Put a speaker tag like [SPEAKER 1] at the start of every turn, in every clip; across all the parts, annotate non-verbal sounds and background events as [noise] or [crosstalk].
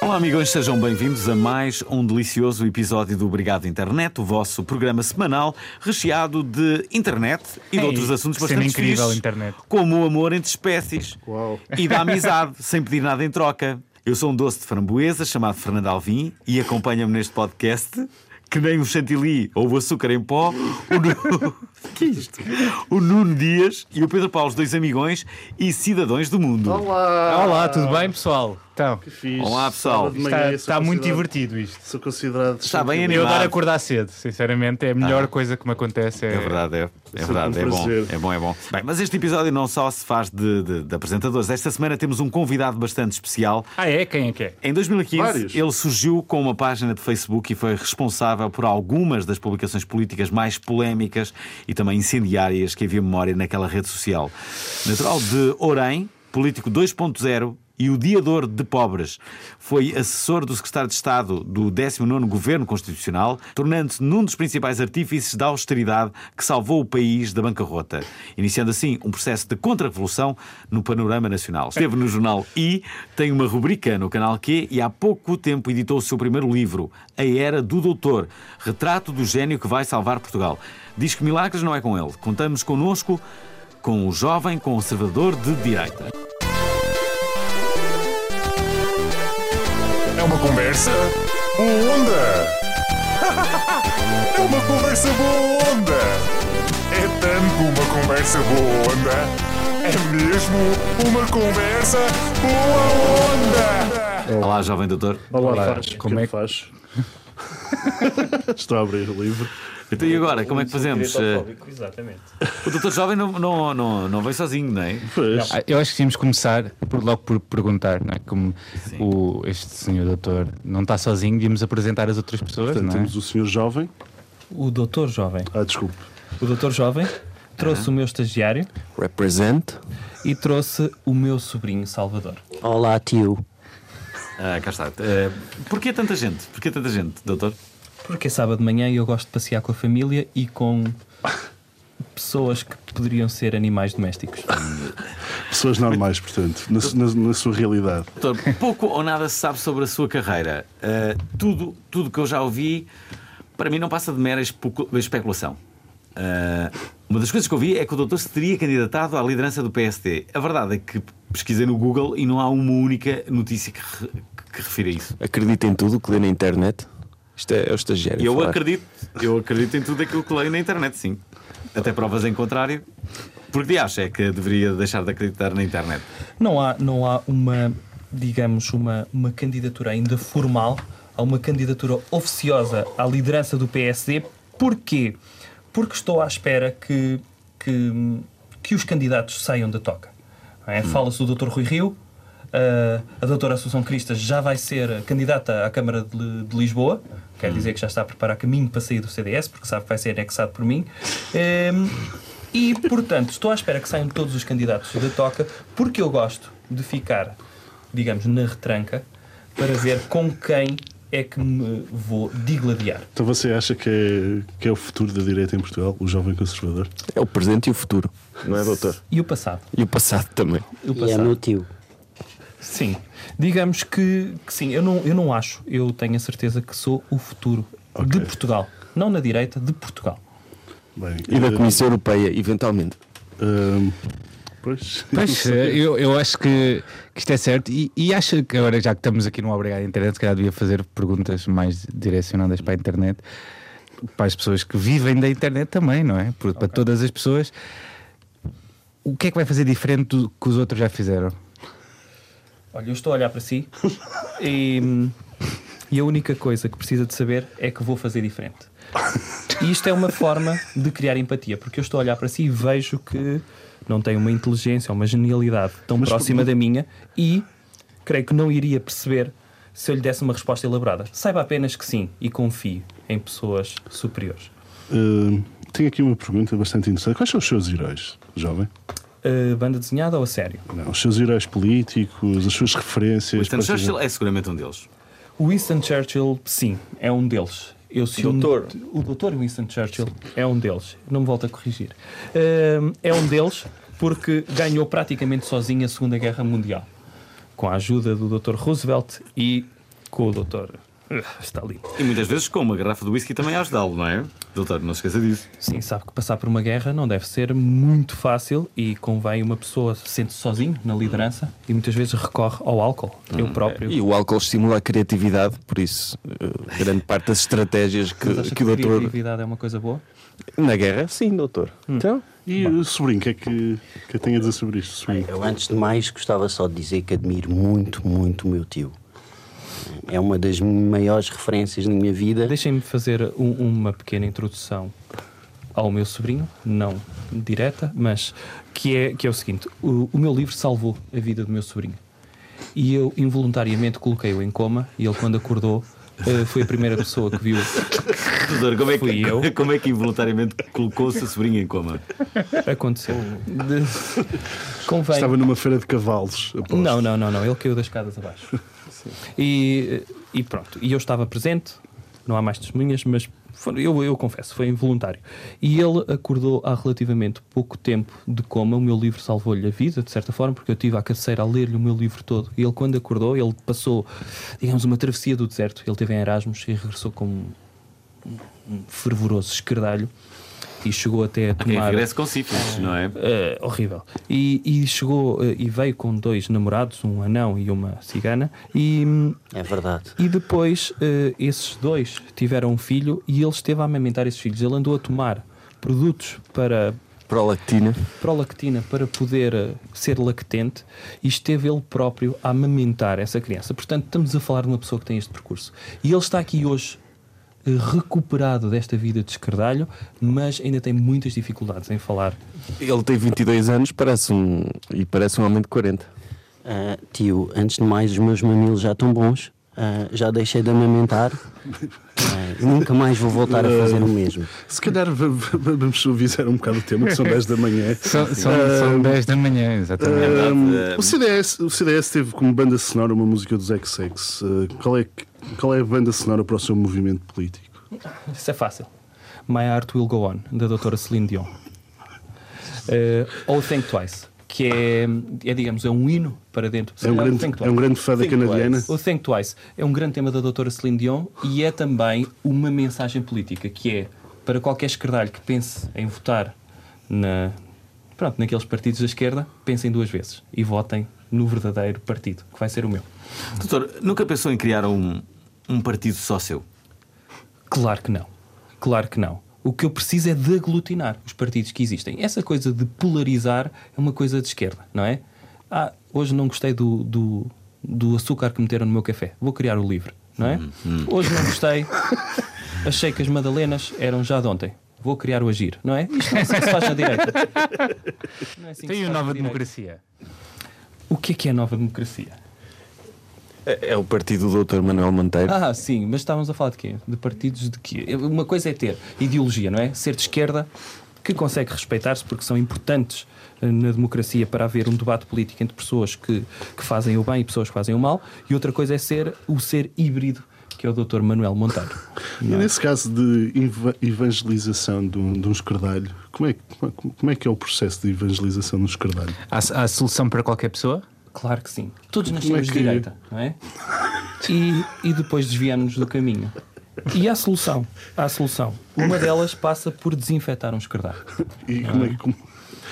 [SPEAKER 1] Olá, amigos, sejam bem-vindos a mais um delicioso episódio do Obrigado Internet, o vosso programa semanal recheado de internet e de
[SPEAKER 2] Ei,
[SPEAKER 1] outros assuntos
[SPEAKER 2] cena
[SPEAKER 1] bastante
[SPEAKER 2] É incrível,
[SPEAKER 1] fixes,
[SPEAKER 2] internet.
[SPEAKER 1] como o amor entre espécies
[SPEAKER 3] Uau.
[SPEAKER 1] e da amizade, [laughs] sem pedir nada em troca. Eu sou um doce de framboesa chamado Fernando Alvim e acompanha-me neste podcast que nem o chantilly ou o açúcar em pó, o Nuno, [laughs] que é isto? O Nuno Dias e o Pedro Paulo, os dois amigões e cidadãos do mundo.
[SPEAKER 3] Olá!
[SPEAKER 2] Olá, tudo bem, pessoal? Então,
[SPEAKER 3] Fiz.
[SPEAKER 1] Olá, pessoal.
[SPEAKER 3] Sábado de manhã,
[SPEAKER 2] está,
[SPEAKER 3] sou
[SPEAKER 2] está muito
[SPEAKER 3] considerado-
[SPEAKER 2] divertido isto.
[SPEAKER 3] Sou considerado.
[SPEAKER 1] Está bem
[SPEAKER 3] champion.
[SPEAKER 2] Eu
[SPEAKER 1] Verdade.
[SPEAKER 2] adoro acordar cedo, sinceramente, é a
[SPEAKER 3] Ah.
[SPEAKER 2] melhor coisa que me acontece.
[SPEAKER 1] É verdade, é, é verdade,
[SPEAKER 3] um
[SPEAKER 1] é bom,
[SPEAKER 3] prazer.
[SPEAKER 1] é bom, é bom. Bem, mas este episódio não só se faz de, de- de apresentadores. Esta semana temos um convidado bastante especial.
[SPEAKER 2] Ah, é? Quem é que é?
[SPEAKER 1] Em 2015,
[SPEAKER 3] Vários.
[SPEAKER 1] ele surgiu com uma página de Facebook e foi responsável por algumas das publicações políticas mais polémicas e também incendiárias que havia memória naquela rede social. Natural de Orem, político 2.0 e o diador de pobres. Foi assessor do secretário de Estado do 19º Governo Constitucional, tornando-se num dos principais artífices da austeridade que salvou o país da bancarrota, iniciando assim um processo de contra-revolução no panorama nacional. Esteve no jornal I, tem uma rubrica no canal Q e há pouco tempo editou o seu primeiro livro, A Era do Doutor, retrato do gênio que vai salvar Portugal. Diz que milagres não é com ele. Contamos connosco com o jovem conservador de direita.
[SPEAKER 4] É uma conversa boa onda. [laughs] É uma conversa boa onda. É tanto uma conversa boa onda. É mesmo uma conversa boa onda.
[SPEAKER 1] Olá, jovem doutor.
[SPEAKER 3] Olá,
[SPEAKER 2] Olá,
[SPEAKER 3] faz.
[SPEAKER 2] como
[SPEAKER 3] Como é
[SPEAKER 2] é [laughs]
[SPEAKER 3] que faz? Estou a abrir o livro.
[SPEAKER 1] Então, e agora, como é que fazemos?
[SPEAKER 3] um
[SPEAKER 1] Eh,
[SPEAKER 5] Exatamente.
[SPEAKER 1] O doutor jovem não, não, não, não vem sozinho, não é?
[SPEAKER 3] Pois.
[SPEAKER 2] Ah, Eu acho que tínhamos que começar por- logo por perguntar, não é? Como o, este senhor doutor não está sozinho, devíamos apresentar as outras pessoas,
[SPEAKER 3] Portanto,
[SPEAKER 2] não é?
[SPEAKER 3] temos o senhor jovem.
[SPEAKER 5] O doutor jovem.
[SPEAKER 3] Ah, desculpe.
[SPEAKER 5] O doutor jovem trouxe o meu estagiário
[SPEAKER 6] Represent.
[SPEAKER 5] e trouxe o meu sobrinho Salvador.
[SPEAKER 6] Olá, tio.
[SPEAKER 1] Ah, cá está. Eh, Porquê tanta gente? Porquê tanta gente, doutor?
[SPEAKER 5] Porque é sábado de manhã e eu gosto de passear com a família e com pessoas que poderiam ser animais domésticos.
[SPEAKER 3] Pessoas normais, portanto, na, su- na- na sua realidade.
[SPEAKER 1] Doutor, pouco ou nada se sabe sobre a sua carreira. Eh, tudo, tudo que eu já ouvi, para mim não passa de mera especu- especulação. Eh, uma das coisas que eu vi é que o doutor se teria candidatado à liderança do PSD. A verdade é que pesquisei no Google e não há uma única notícia que, re- que refira a isso.
[SPEAKER 6] Acredita em tudo o que lê na internet? Isto é, é o estagiário. a
[SPEAKER 1] Eu
[SPEAKER 6] falar.
[SPEAKER 1] acredito, eu acredito em tudo aquilo que leio na internet, sim. Até provas em contrário. Porque de acho é que deveria deixar de acreditar na internet.
[SPEAKER 5] Não há, não há uma, digamos, uma, uma candidatura ainda formal, há uma candidatura oficiosa à liderança do PSD. Porquê? Porque estou à espera que, que, que os candidatos saiam da toca. não É? Fala-se do Dr. Rui Rio, ah, a doutora Assunção Cristas já vai ser candidata à Câmara de, Li- de Lisboa, quer dizer que já está a preparar caminho para sair do CDS, porque sabe que vai ser anexado por mim. Ehm, e, portanto, estou à espera que saiam todos os candidatos da toca, porque eu gosto de ficar, digamos, na retranca para ver com quem é que me vou digladiar.
[SPEAKER 3] Então você acha que é, que é o futuro da direita em Portugal, o jovem conservador?
[SPEAKER 6] É o presente e o futuro. Não é, doutor?
[SPEAKER 5] E o passado?
[SPEAKER 6] E o passado também.
[SPEAKER 5] O
[SPEAKER 7] E é
[SPEAKER 5] passado.
[SPEAKER 7] meu tio.
[SPEAKER 5] Sim. Digamos que, que sim, eu não, eu não acho, eu tenho a certeza que sou o futuro de Portugal. Não na direita, de Portugal.
[SPEAKER 3] Bem,
[SPEAKER 6] E da
[SPEAKER 3] eh,
[SPEAKER 6] Comissão Europeia, eventualmente.
[SPEAKER 3] ehm, pois. [laughs]
[SPEAKER 2] Pois, eh, eu, eu acho que, que isto é certo e, e acho que agora, já que estamos aqui no Obrigado à Internet, se calhar devia fazer perguntas mais direcionadas para a internet, para as pessoas que vivem da internet também, não é? Por- Para todas as pessoas. O que é que vai fazer diferente do que os outros já fizeram?
[SPEAKER 5] Olha, eu estou a olhar para si e, e a única coisa que precisa de saber é que vou fazer diferente. E isto é uma forma de criar empatia, porque eu estou a olhar para si e vejo que não tem uma inteligência ou uma genialidade tão próxima da minha e creio que não iria perceber se eu lhe desse uma resposta elaborada. Saiba apenas que sim e confie em pessoas superiores.
[SPEAKER 3] Ah, tenho aqui uma pergunta bastante interessante. Quais são os seus heróis, jovem?
[SPEAKER 5] Uh, banda desenhada ou a sério?
[SPEAKER 3] Não, os seus heróis políticos, as suas referências.
[SPEAKER 1] Winston
[SPEAKER 3] para
[SPEAKER 1] Churchill é seguramente um deles.
[SPEAKER 5] O Winston Churchill, sim, é um deles. Eu, se eu-
[SPEAKER 6] Doutor.
[SPEAKER 5] o doutor Winston Churchill é um deles. Não me volto a corrigir. Ahm, é um deles porque ganhou praticamente sozinho a Segunda Guerra Mundial. Com a ajuda do Dr. Roosevelt e com o Dr. Stalin.
[SPEAKER 1] E muitas vezes com uma garrafa de whisky também a ajudá-lo, não é? Doutor, não se esqueça disso.
[SPEAKER 5] Sim, sabe que passar por uma guerra não deve ser muito fácil e convém uma pessoa se sente sozinho na liderança e muitas vezes recorre ao álcool. Eu próprio.
[SPEAKER 6] Hum. E o álcool estimula a criatividade, por isso, eh, grande parte das estratégias
[SPEAKER 5] Mas
[SPEAKER 6] que,
[SPEAKER 5] acha
[SPEAKER 6] que o
[SPEAKER 5] que a
[SPEAKER 6] doutor.
[SPEAKER 5] criatividade é uma coisa boa?
[SPEAKER 6] Na guerra, sim, doutor.
[SPEAKER 5] Hum.
[SPEAKER 6] Então,
[SPEAKER 3] E o sobrinho, o que é que, que eu tenho a dizer sobre isto? Sobrinho?
[SPEAKER 7] Eu, antes de mais, gostava só de dizer que admiro muito, muito o meu tio. É uma das maiores referências na minha vida.
[SPEAKER 5] Deixem-me fazer um- uma pequena introdução ao meu sobrinho, não direta, mas que é, que é o seguinte: o, o meu livro salvou a vida do meu sobrinho. E eu involuntariamente coloquei-o em coma, e ele, quando acordou, eh, foi a primeira pessoa que viu.
[SPEAKER 1] Doutor, como é que,
[SPEAKER 5] Fui eu.
[SPEAKER 1] [laughs] Como é que involuntariamente colocou o seu sobrinho em coma?
[SPEAKER 5] Aconteceu. De... Convém.
[SPEAKER 3] Estava numa feira de cavalos. aposto.
[SPEAKER 5] Não, não, não, não. Ele caiu das escadas abaixo. E, e pronto. E eu estava presente, não há mais testemunhas, mas foi- eu, eu confesso, foi involuntário. E ele acordou há relativamente pouco tempo de coma. O meu livro salvou-lhe a vida, de certa forma, porque eu tive a cabeceira a ler-lhe o meu livro todo. E ele, quando acordou, ele passou, digamos, uma travessia do deserto. Ele teve em Erasmus e regressou como um- um fervoroso escardalho. E chegou até a
[SPEAKER 1] Quem
[SPEAKER 5] tomar.
[SPEAKER 1] regressa com sífilis, não é?
[SPEAKER 5] Eh, horrível. E, e chegou eh, e veio com dois namorados, um anão e uma cigana, e, hum,
[SPEAKER 7] É verdade.
[SPEAKER 5] e depois eh, esses dois tiveram um filho e ele esteve a amamentar esses filhos. Ele andou a tomar produtos para
[SPEAKER 6] prolactina.
[SPEAKER 5] prolactina para poder eh, ser lactente e esteve ele próprio a amamentar essa criança. Portanto, estamos a falar de uma pessoa que tem este percurso. E ele está aqui hoje eh, recuperado desta vida de escardalho, mas ainda tem muitas dificuldades em falar
[SPEAKER 6] Ele tem 22 anos parece um, e parece um homem de 40.
[SPEAKER 7] Ah, tio, antes de mais, os meus mamilos já estão bons. Ah, já deixei de amamentar. Ah, nunca mais vou voltar a fazer o mesmo.
[SPEAKER 3] Se calhar v- v- vamos suavizar um bocado o tema, que são 10 da
[SPEAKER 2] [laughs]
[SPEAKER 3] manhã.
[SPEAKER 2] São, são, são 10 da manhã, exatamente.
[SPEAKER 3] Um, o, CDS, o CDS teve como banda sonora uma música dos XX. Uh, qual, é, que- qual é a banda sonora para o seu movimento político?
[SPEAKER 5] Isso é fácil. My Art Will Go On, da doutora Celine Dion. Eh, ou Think Twice, que é, é, digamos, é um hino para dentro.
[SPEAKER 3] É um,
[SPEAKER 5] Não,
[SPEAKER 3] grande,
[SPEAKER 5] Think
[SPEAKER 3] é
[SPEAKER 5] Twice.
[SPEAKER 3] um grande fã da canadiana.
[SPEAKER 5] O Think Twice é um grande tema da doutora Celine Dion e é também uma mensagem política, que é, para qualquer esquerdalho que pense em votar na, pronto, naqueles partidos da esquerda, pensem duas vezes e votem no verdadeiro partido, que vai ser o meu.
[SPEAKER 1] Doutor, nunca pensou em criar um, um partido só seu?
[SPEAKER 5] Claro que não. Claro que não. O que eu preciso é de aglutinar os partidos que existem. Essa coisa de polarizar é uma coisa de esquerda, não é? Ah, hoje não gostei do, do, do açúcar que meteram no meu café. Vou criar o livre, não é? Hoje não gostei. Achei que as Madalenas eram já de ontem. Vou criar o agir, não é? Isto não é assim que se faz na direita. Não é assim que se
[SPEAKER 2] Tem
[SPEAKER 5] faz
[SPEAKER 2] o
[SPEAKER 5] na
[SPEAKER 2] Nova
[SPEAKER 5] direita.
[SPEAKER 2] Democracia.
[SPEAKER 5] O que é que é a nova democracia?
[SPEAKER 6] É, é o partido do doutor Manuel Monteiro.
[SPEAKER 5] Ah, sim, mas estávamos a falar de quê? De partidos de quê? Uma coisa é ter ideologia, não é? Ser de esquerda que consegue respeitar-se porque são importantes eh, na democracia para haver um debate político entre pessoas que, que fazem o bem e pessoas que fazem o mal, e outra coisa é ser o ser híbrido, que é o Dr. Manuel Monteiro.
[SPEAKER 3] E nesse caso de eva- evangelização de um, de um escardalho, como é, que- como, é- como é que é o processo de evangelização de um escardalho?
[SPEAKER 2] Há, há solução para qualquer pessoa?
[SPEAKER 5] Claro que sim. Todos
[SPEAKER 3] Como
[SPEAKER 5] nascemos
[SPEAKER 3] é
[SPEAKER 5] de
[SPEAKER 3] que-
[SPEAKER 5] direita, não é? E, e depois desviamos do caminho. E há solução. Há solução. Uma delas passa por desinfetar um escardar.
[SPEAKER 3] E como é, que- como-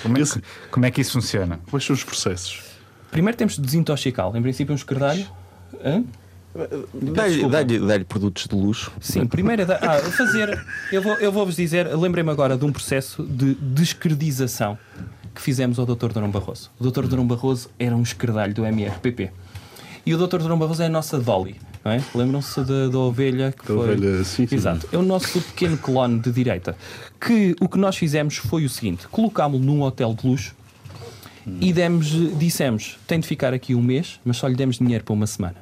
[SPEAKER 2] Como é,
[SPEAKER 3] Esse-
[SPEAKER 2] que- como é que isso funciona?
[SPEAKER 3] quais são os processos?
[SPEAKER 5] Primeiro temos de desintoxicá-lo. Em princípio, um escardalho. Hã?
[SPEAKER 6] Dá-lhe dá-lhe- dá-lhe produtos de luxo.
[SPEAKER 5] Sim, primeiro é da- ah, fazer. Eu vou- eu vou-vos dizer, lembrei-me agora de um processo de descredização que fizemos ao Dr. Durão Barroso. O Dr. Durão Barroso era um escredalho do MRPP. E o Dr. Durão Barroso é a nossa Dolly. não é? Lembram-se da, da ovelha que
[SPEAKER 3] Da
[SPEAKER 5] foi.
[SPEAKER 3] ovelha, sim, sim.
[SPEAKER 5] Exato. É o nosso pequeno clone de direita. Que o que nós fizemos foi o seguinte: colocámo-lo num hotel de luxo e demos, dissemos: tem de ficar aqui um mês, mas só lhe demos dinheiro para uma semana.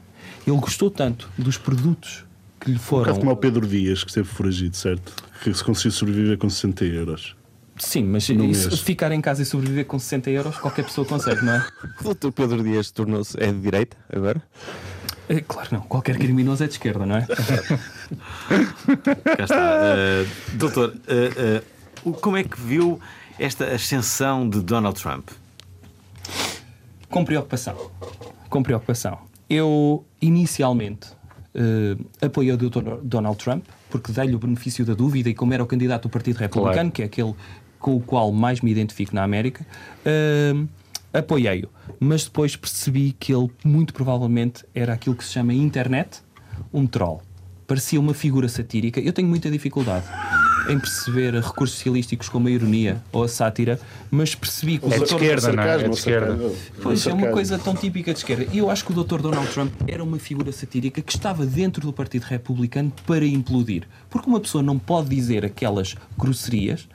[SPEAKER 5] Ele gostou tanto dos produtos que lhe
[SPEAKER 3] Um
[SPEAKER 5] foram.
[SPEAKER 3] bocado como ao Pedro Dias, que esteve foragido, certo? Que se conseguiu sobreviver com 60 euros.
[SPEAKER 5] Sim, mas
[SPEAKER 3] No
[SPEAKER 5] isso-
[SPEAKER 3] mês.
[SPEAKER 5] ficar em casa e sobreviver com 60 euros, qualquer pessoa consegue, não é?
[SPEAKER 6] O doutor Pedro Dias tornou-se. É de direita agora?
[SPEAKER 5] É, Claro que não, qualquer criminoso é de esquerda, não é?
[SPEAKER 1] Cá está. [laughs] Eh, doutor, eh, eh, o- como é que viu esta ascensão de Donald Trump?
[SPEAKER 5] Com preocupação. Com preocupação. Eu, inicialmente, eh, apoiei o Dr. Donald Trump, porque dei-lhe o benefício da dúvida e, como era o candidato do Partido Republicano, que é aquele com o qual mais me identifico na América, eh, apoiei-o. Mas depois percebi que ele, muito provavelmente, era aquilo que se chama internet um troll. Parecia uma figura satírica. Eu tenho muita dificuldade em perceber recursos estilísticos como a ironia ou a sátira, mas percebi que o
[SPEAKER 2] É de
[SPEAKER 5] Dr.
[SPEAKER 2] esquerda, não é?
[SPEAKER 3] Sarcasmo,
[SPEAKER 2] É de esquerda.
[SPEAKER 3] sarcasmo.
[SPEAKER 5] Pois, é uma
[SPEAKER 3] Sarcasmo.
[SPEAKER 5] coisa tão típica de esquerda. E eu acho que o Dr. Donald Trump era uma figura satírica que estava dentro do Partido Republicano para implodir. Porque uma pessoa não pode dizer aquelas grosserias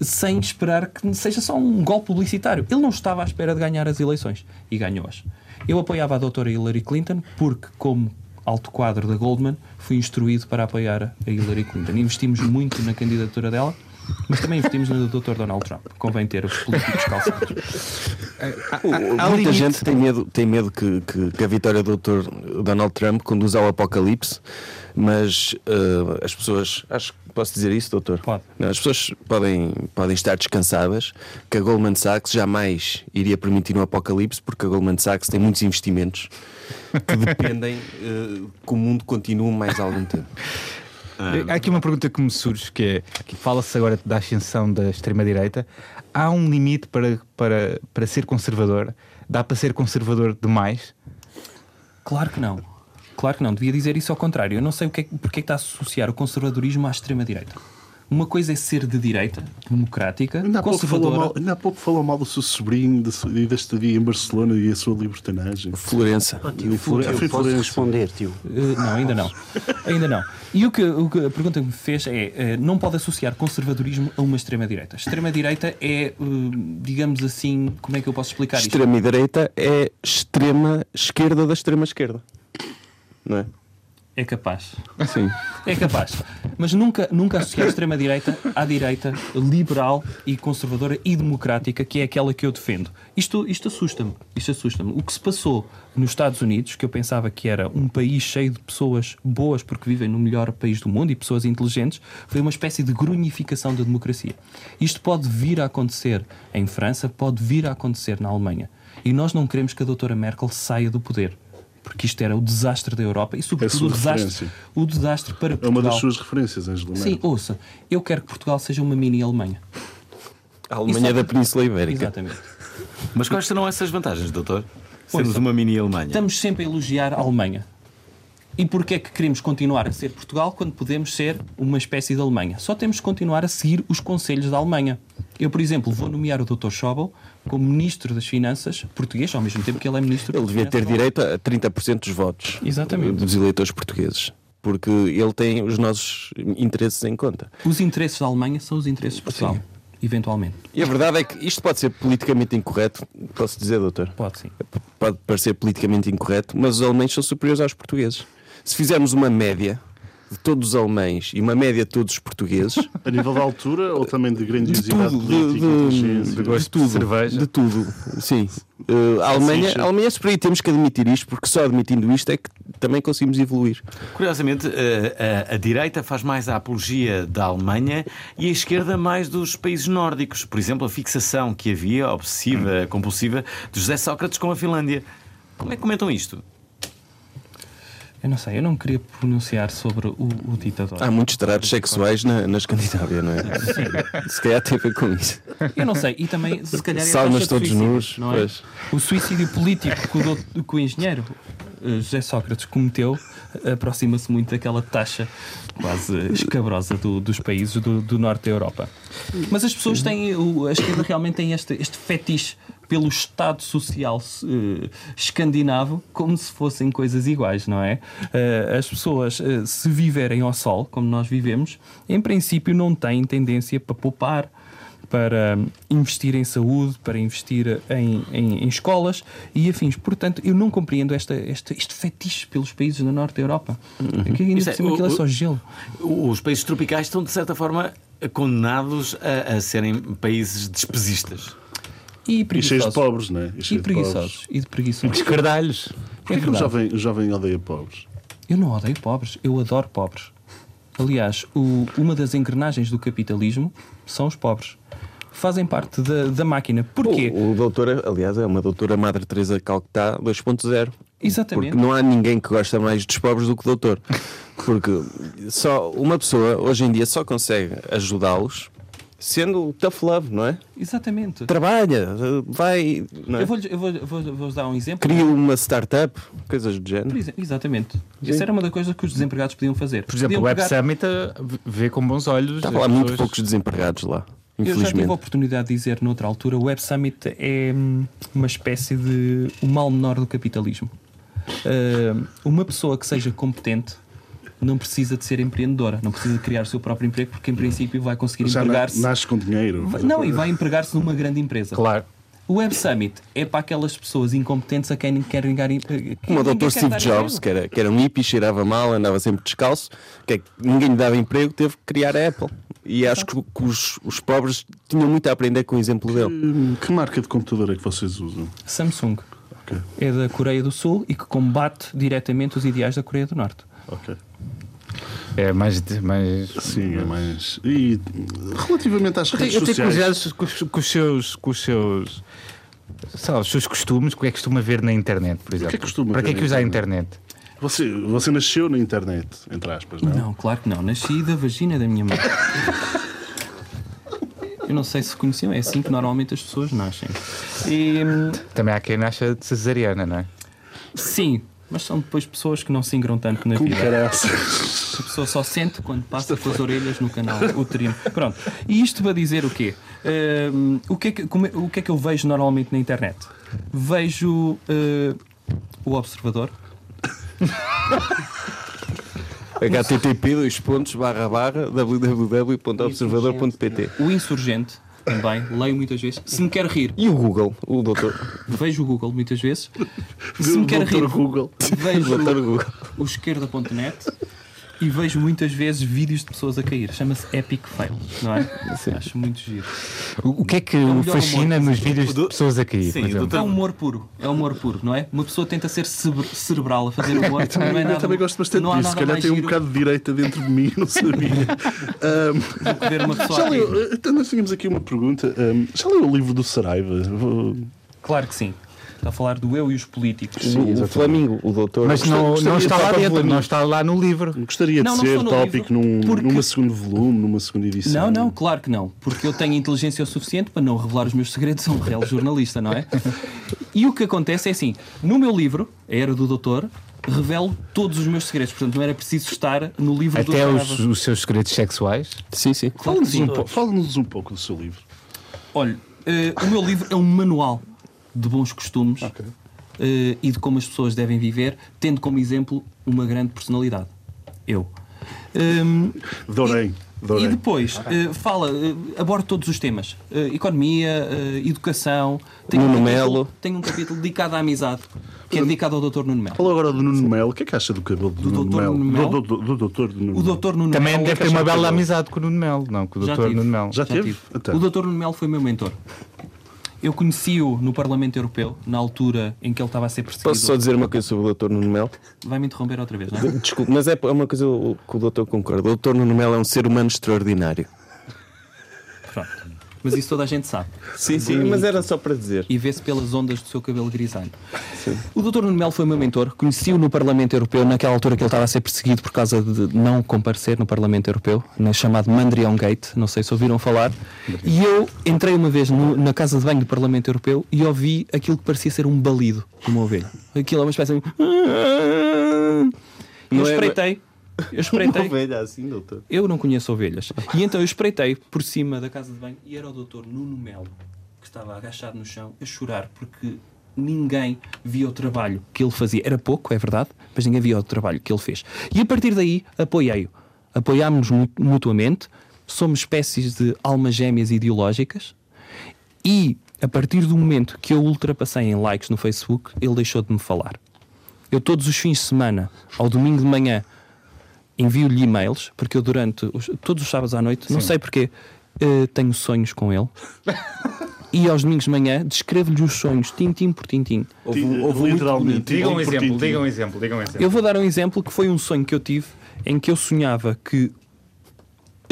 [SPEAKER 5] sem esperar que seja só um golpe publicitário. Ele não estava à espera de ganhar as eleições e ganhou-as. Eu apoiava a doutora Hillary Clinton porque, como alto quadro da Goldman, fui instruído para apoiar a Hillary Clinton. Investimos muito na candidatura dela, mas também investimos na do Dr. Donald Trump. Convém ter os políticos calçados.
[SPEAKER 6] Muita gente tem medo, tem medo que, que- que a vitória do Dr. Donald Trump conduza ao apocalipse, mas eh, as pessoas, acho que posso dizer isso, doutor?
[SPEAKER 5] Pode.
[SPEAKER 6] Não, as pessoas podem, podem estar descansadas que a Goldman Sachs jamais iria permitir um apocalipse, porque a Goldman Sachs tem muitos investimentos
[SPEAKER 5] [laughs]
[SPEAKER 6] que dependem eh, que o mundo continue mais algum tempo.
[SPEAKER 2] Há aqui uma pergunta que me surge que é que fala-se agora da ascensão da extrema-direita. Há um limite para, para, para ser conservador? Dá para ser conservador demais?
[SPEAKER 5] Claro que não. Claro que não. Devia dizer isso ao contrário. Eu não sei o que é, que- porque é que está a associar o conservadorismo à extrema-direita. Uma coisa é ser de direita, democrática,
[SPEAKER 3] Ainda há, pouco falou
[SPEAKER 5] conservadora.
[SPEAKER 3] mal, ainda há pouco falou mal do seu sobrinho da sua- e da estadia em Barcelona e a sua libertinagem.
[SPEAKER 6] Florença.
[SPEAKER 3] E Flore-
[SPEAKER 7] Eu
[SPEAKER 3] foi
[SPEAKER 7] posso
[SPEAKER 3] Florença.
[SPEAKER 7] responder, tio.
[SPEAKER 5] Eh, não, ainda não. Ainda não. E o que, o que a pergunta que me fez é: eh, não pode associar conservadorismo a uma extrema-direita. Extrema-direita é, eh, digamos assim, como é que eu posso explicar isto?
[SPEAKER 6] Extrema direita é extrema esquerda da extrema esquerda. Não é?
[SPEAKER 5] É capaz.
[SPEAKER 6] Sim.
[SPEAKER 5] É capaz. Mas nunca, nunca associar a extrema-direita à direita liberal e conservadora e democrática, que é aquela que eu defendo. Isto, isto assusta-me. Isto assusta-me. O que se passou nos Estados Unidos, que eu pensava que era um país cheio de pessoas boas porque vivem no melhor país do mundo e pessoas inteligentes, foi uma espécie de grunhificação da democracia. Isto pode vir a acontecer em França, pode vir a acontecer na Alemanha. E nós não queremos que a doutora Merkel saia do poder. Porque isto era o desastre da Europa e, sobretudo,
[SPEAKER 3] É sua
[SPEAKER 5] o desastre,
[SPEAKER 3] referência.
[SPEAKER 5] o desastre para
[SPEAKER 3] É
[SPEAKER 5] Portugal.
[SPEAKER 3] uma das suas referências, Angelo.
[SPEAKER 5] Sim, ouça, eu quero que Portugal seja uma mini Alemanha.
[SPEAKER 6] A Alemanha
[SPEAKER 5] Isso- é
[SPEAKER 6] da Península Ibérica.
[SPEAKER 5] Exatamente.
[SPEAKER 1] Mas quais serão essas vantagens, doutor?
[SPEAKER 5] Pois
[SPEAKER 1] Sermos
[SPEAKER 5] é.
[SPEAKER 1] uma mini Alemanha.
[SPEAKER 5] Estamos sempre a elogiar a Alemanha. E porquê é que queremos continuar a ser Portugal quando podemos ser uma espécie de Alemanha? Só temos que continuar a seguir os conselhos da Alemanha. Eu, por exemplo, vou nomear o Dr. Schäuble como Ministro das Finanças português, ao mesmo tempo que ele é Ministro das
[SPEAKER 6] Ele
[SPEAKER 5] Finanças
[SPEAKER 6] devia ter
[SPEAKER 5] alemão.
[SPEAKER 6] direito a 30% dos votos
[SPEAKER 5] Exatamente.
[SPEAKER 6] dos eleitores portugueses, porque ele tem os nossos interesses em conta.
[SPEAKER 5] Os interesses da Alemanha são os interesses de Portugal, eventualmente.
[SPEAKER 6] E a verdade é que isto pode ser politicamente incorreto, posso dizer, doutor?
[SPEAKER 5] Pode sim.
[SPEAKER 6] Pode parecer politicamente incorreto, mas os alemães são superiores aos portugueses. Se fizermos uma média de todos os alemães e uma média de todos os portugueses,
[SPEAKER 3] A nível da altura ou também de grandiosidade
[SPEAKER 6] tudo, de-
[SPEAKER 3] política,
[SPEAKER 6] de-
[SPEAKER 3] inteligência?
[SPEAKER 2] gosto [laughs] de
[SPEAKER 6] tudo,
[SPEAKER 2] cerveja. Assim
[SPEAKER 6] de tudo, sim. Uh, a, Alemanha,
[SPEAKER 3] sim.
[SPEAKER 6] a Alemanha é superior e temos que admitir isto, porque só admitindo isto é que também conseguimos evoluir.
[SPEAKER 1] Curiosamente, eh, a, a direita faz mais a apologia da Alemanha e a esquerda mais dos países nórdicos. Por exemplo, a fixação que havia, obsessiva, compulsiva, de José Sócrates com a Finlândia. Como é que comentam isto?
[SPEAKER 5] Eu não sei, eu não queria pronunciar sobre o, o ditador.
[SPEAKER 3] Ah.
[SPEAKER 6] Há muitos tratos sexuais na, na Escandinávia, não é? Se calhar tem a ver com isso.
[SPEAKER 5] Eu não sei, e também se calhar é a
[SPEAKER 6] Salmas
[SPEAKER 5] taxa de
[SPEAKER 6] todos
[SPEAKER 5] suicídio,
[SPEAKER 6] nus,
[SPEAKER 5] não é?
[SPEAKER 6] pois.
[SPEAKER 5] O suicídio político com o, doutor- com o engenheiro eh, José Sócrates cometeu eh, aproxima-se muito daquela taxa quase escabrosa do- dos países do, do norte da Europa. Mas as pessoas têm, o- a esquerda realmente tem este, este fetiche pelo Estado social eh, escandinavo como se fossem coisas iguais, não é? Eh, as pessoas, eh, se viverem ao sol, como nós vivemos, em princípio não têm tendência para poupar para hum, investir em saúde, para investir em, em- em escolas e afins. Portanto, eu não compreendo esta, este, este fetiche pelos países do norte da Europa.
[SPEAKER 3] Uhum.
[SPEAKER 5] Que ainda
[SPEAKER 1] Isto
[SPEAKER 5] por
[SPEAKER 1] é,
[SPEAKER 5] cima
[SPEAKER 1] o-
[SPEAKER 5] aquilo é
[SPEAKER 1] o-
[SPEAKER 5] só gelo.
[SPEAKER 1] Os países tropicais estão, de certa forma, condenados a, a serem países despesistas.
[SPEAKER 5] E
[SPEAKER 3] E cheios de
[SPEAKER 5] preguiçosos.
[SPEAKER 3] pobres, não é?
[SPEAKER 5] E
[SPEAKER 3] cheios de pobres.
[SPEAKER 5] preguiçosos. E de preguiçosos.
[SPEAKER 2] Escardalhos.
[SPEAKER 5] É
[SPEAKER 3] Porquê que o
[SPEAKER 5] verdade.
[SPEAKER 3] jovem, o jovem odeia pobres?
[SPEAKER 5] Eu não odeio pobres, eu adoro pobres. Aliás, o- uma das engrenagens do capitalismo são os pobres. Fazem parte da, da máquina. Porquê?
[SPEAKER 6] O, o doutor, aliás, é uma doutora Madre Teresa Calcutá 2.0.
[SPEAKER 5] Exatamente.
[SPEAKER 6] Porque não há ninguém que gosta mais dos pobres do que o doutor. Porque só uma pessoa hoje em dia só consegue ajudá-los sendo tough love, não é?
[SPEAKER 5] Exatamente.
[SPEAKER 6] Trabalha, vai, não é?
[SPEAKER 5] Eu vou-lhes eu vou- eu vou- eu vou-vos dar um exemplo.
[SPEAKER 6] cria uma startup, coisas do
[SPEAKER 5] Por
[SPEAKER 6] género.
[SPEAKER 5] exe- Exatamente. Isso era uma das coisas que os desempregados podiam fazer.
[SPEAKER 2] Por exemplo, o
[SPEAKER 5] podiam
[SPEAKER 2] Web
[SPEAKER 5] pegar-
[SPEAKER 2] Summit eh, vê com bons olhos.
[SPEAKER 6] Estava lá
[SPEAKER 2] as
[SPEAKER 6] muito
[SPEAKER 2] pessoas.
[SPEAKER 6] poucos desempregados lá,
[SPEAKER 5] Eu já tive a
[SPEAKER 6] infelizmente.
[SPEAKER 5] oportunidade de dizer noutra altura, o Web Summit é hum, uma espécie de o mal menor do capitalismo. Hum, uma pessoa que seja competente não precisa de ser empreendedora, não precisa de criar o seu próprio emprego, porque em princípio vai conseguir
[SPEAKER 3] Já na,
[SPEAKER 5] empregar-se.
[SPEAKER 3] nasce com dinheiro.
[SPEAKER 5] Vai- Não, e vai empregar-se numa grande empresa.
[SPEAKER 2] Claro.
[SPEAKER 5] O Web Summit é para aquelas pessoas incompetentes a quem querem ganhar. em-
[SPEAKER 6] Como o
[SPEAKER 5] ninguém
[SPEAKER 6] doutor
[SPEAKER 5] quer
[SPEAKER 6] Steve
[SPEAKER 5] dar
[SPEAKER 6] Jobs,
[SPEAKER 5] emprego.
[SPEAKER 6] que era, que era um hippie, cheirava mal, andava sempre descalço, que é que ninguém lhe dava emprego, teve que criar a Apple. E acho que, que os, os pobres tinham muito a aprender com o exemplo dele.
[SPEAKER 3] Hum, Que marca de computador é que vocês usam?
[SPEAKER 5] Samsung
[SPEAKER 3] Ok,
[SPEAKER 5] é da Coreia do Sul e que combate diretamente os ideais da Coreia do Norte.
[SPEAKER 3] ok.
[SPEAKER 2] É mais. mais...
[SPEAKER 3] Sim, é mais. E relativamente às
[SPEAKER 2] Eu tenho,
[SPEAKER 3] redes
[SPEAKER 2] eu tenho
[SPEAKER 3] sociais.
[SPEAKER 2] curiosidade com, os- com os seus. Com os seus sei lá, os seus costumes, o que é que costuma ver na internet, por exemplo?
[SPEAKER 3] que é que costuma
[SPEAKER 2] Para que é
[SPEAKER 3] ver
[SPEAKER 2] que
[SPEAKER 3] na
[SPEAKER 2] usa a internet?
[SPEAKER 3] Você, você nasceu na internet, entre aspas, não? é?
[SPEAKER 5] Não, claro que não. Nasci da vagina da minha mãe. Eu não sei se conheciam, é assim que normalmente as pessoas nascem. E, hum,
[SPEAKER 2] Também há quem nasce de cesariana, não é?
[SPEAKER 5] sim, mas são depois pessoas que não se ingram tanto na
[SPEAKER 3] Como
[SPEAKER 5] vida.
[SPEAKER 3] caraças.
[SPEAKER 5] A pessoa só sente quando passa com as orelhas no canal uterino. Pronto. E isto para dizer o quê? Hum, o, que é que, como é- o que é que eu vejo normalmente na internet? Vejo eh, o observador,
[SPEAKER 6] http dois pontos barra barra www.observador.pt
[SPEAKER 5] o insurgente, também, leio muitas vezes. Se me quer rir,
[SPEAKER 6] E o Google, o doutor.
[SPEAKER 5] vejo o Google muitas
[SPEAKER 3] [laughs]
[SPEAKER 5] vezes. Se me quer rir,
[SPEAKER 3] Doutor Google.
[SPEAKER 5] vejo
[SPEAKER 6] Doutor Google.
[SPEAKER 5] o esquerda.net e vejo muitas vezes vídeos de pessoas a cair. Chama-se Epic Fail, não é? Acho muito giro.
[SPEAKER 2] O, o que é que
[SPEAKER 5] o
[SPEAKER 2] o
[SPEAKER 5] melhor
[SPEAKER 2] fascina
[SPEAKER 5] humor.
[SPEAKER 2] nos vídeos de
[SPEAKER 1] do-
[SPEAKER 2] pessoas a cair?
[SPEAKER 1] Sim,
[SPEAKER 2] por
[SPEAKER 1] o
[SPEAKER 2] exemplo?
[SPEAKER 1] doutor-
[SPEAKER 5] É
[SPEAKER 3] Então-
[SPEAKER 5] humor puro, é humor puro, não é? Uma pessoa tenta ser cebe- cerebral a fazer humor. não é
[SPEAKER 3] Eu
[SPEAKER 5] nada,
[SPEAKER 3] também gosto bastante
[SPEAKER 5] não há
[SPEAKER 3] disso. Se
[SPEAKER 5] nada
[SPEAKER 3] calhar
[SPEAKER 5] mais
[SPEAKER 3] tem um
[SPEAKER 5] giro
[SPEAKER 3] bocado de direita dentro de mim, [laughs] não
[SPEAKER 5] [laughs]
[SPEAKER 3] sabia.
[SPEAKER 5] do que ver uma pessoa
[SPEAKER 3] Já
[SPEAKER 5] a cair.
[SPEAKER 3] leu, então nós tínhamos aqui uma pergunta. Ahm, já leu o livro do Saraiva? Vou-
[SPEAKER 5] Claro que sim. Está a falar do eu e os políticos.
[SPEAKER 6] o, o Flamingo, o doutor.
[SPEAKER 2] Mas não,
[SPEAKER 3] gostaria
[SPEAKER 2] não
[SPEAKER 3] de
[SPEAKER 2] está lá
[SPEAKER 3] falar
[SPEAKER 2] dentro,
[SPEAKER 3] para
[SPEAKER 2] não está lá no livro.
[SPEAKER 3] Gostaria
[SPEAKER 5] Não,
[SPEAKER 3] de
[SPEAKER 5] não
[SPEAKER 3] ser
[SPEAKER 5] sou no
[SPEAKER 3] tópico
[SPEAKER 5] livro,
[SPEAKER 3] num,
[SPEAKER 5] porque-
[SPEAKER 3] numa segundo volume, numa segunda edição.
[SPEAKER 5] Não, não, claro que não. Porque eu tenho inteligência o suficiente para não revelar os meus segredos a um real jornalista, não é? E o que acontece é assim: no meu livro, A Era do Doutor, revelo todos os meus segredos. Portanto, não era preciso estar no livro do
[SPEAKER 2] Até os,
[SPEAKER 5] Saraiva.
[SPEAKER 2] os seus segredos sexuais.
[SPEAKER 6] Sim, sim.
[SPEAKER 5] Claro que
[SPEAKER 3] Fala-nos um,
[SPEAKER 5] sim.
[SPEAKER 3] po- fala-nos um pouco do seu livro.
[SPEAKER 5] Olha, eh, o meu livro é um manual de bons costumes eh, e de como as pessoas devem viver, tendo como exemplo uma grande personalidade. Eu. Ehm,
[SPEAKER 3] Dorém.
[SPEAKER 5] e
[SPEAKER 3] Dorém.
[SPEAKER 5] depois eh, fala, eh, aborda todos os temas: Eh, economia, eh, educação. Tem
[SPEAKER 6] Nuno
[SPEAKER 5] capítulo-
[SPEAKER 6] Melo.
[SPEAKER 5] Tem um capítulo dedicado à amizade, que é dedicado ao Dr. Nuno Melo.
[SPEAKER 3] Fala agora do Nuno Melo. O que é que acha do cabelo do, Nuno
[SPEAKER 5] doutor
[SPEAKER 3] Melo?
[SPEAKER 5] Nuno Melo?
[SPEAKER 3] Do, do, do doutor do Nuno
[SPEAKER 5] O Dr. Nuno
[SPEAKER 2] Também
[SPEAKER 5] Melo. é
[SPEAKER 2] deve ter uma bela amizade com o Nuno Melo, não, com o
[SPEAKER 5] um Já
[SPEAKER 2] doutor
[SPEAKER 5] tive.
[SPEAKER 2] Nuno Melo.
[SPEAKER 3] Já teve?
[SPEAKER 5] tive.
[SPEAKER 3] Então.
[SPEAKER 5] O Dr. Nuno Melo foi meu mentor. Eu conheci-o no Parlamento Europeu, na altura em que ele estava a ser perseguido.
[SPEAKER 6] Posso só dizer uma coisa sobre o doutor Nuno Melo?
[SPEAKER 5] Vai-me interromper outra vez, não é?
[SPEAKER 6] Desculpe, mas é uma coisa que o doutor concorda. O doutor Nuno Melo é um ser humano extraordinário.
[SPEAKER 5] Pronto. Mas isso toda a gente sabe.
[SPEAKER 6] Sim, sim, mas era só para dizer.
[SPEAKER 5] e vê-se pelas ondas do seu cabelo grisalho. O Dr. Nuno Melo foi meu mentor, conheci-o no Parlamento Europeu, naquela altura que ele estava a ser perseguido por causa de não comparecer no Parlamento Europeu, na chamada Mandrion Gate, não sei se ouviram falar. E eu entrei uma vez no- na casa de banho do Parlamento Europeu e ouvi aquilo que parecia ser um balido de uma ovelha. Aquilo é uma espécie de. um Eu
[SPEAKER 6] Não é-
[SPEAKER 5] espreitei.
[SPEAKER 6] [laughs]
[SPEAKER 5] Eu espreitei.
[SPEAKER 6] velha assim, doutor.
[SPEAKER 5] Eu não conheço ovelhas. E então eu espreitei por cima da casa de banho e era o doutor Nuno Melo que estava agachado no chão a chorar porque ninguém via o trabalho que ele fazia. Era pouco, é verdade, mas ninguém via o trabalho que ele fez. E a partir daí apoiei-o. Apoiámos-nos mu- mutuamente, somos espécies de almas gêmeas ideológicas e a partir do momento que eu ultrapassei em likes no Facebook, ele deixou de me falar. Eu todos os fins de semana, ao domingo de manhã, envio-lhe e-mails, porque eu durante os- todos os sábados à noite, não sei porquê, eh, tenho sonhos com ele. e aos domingos de manhã descrevo-lhe os sonhos, tintim por tintim.
[SPEAKER 6] Houve, um- houve um muito bonito.
[SPEAKER 2] Diga um
[SPEAKER 3] Por
[SPEAKER 2] exemplo,
[SPEAKER 3] tintim.
[SPEAKER 2] diga um exemplo, diga um exemplo.
[SPEAKER 5] Eu vou dar um exemplo que foi um sonho que eu tive em que eu sonhava que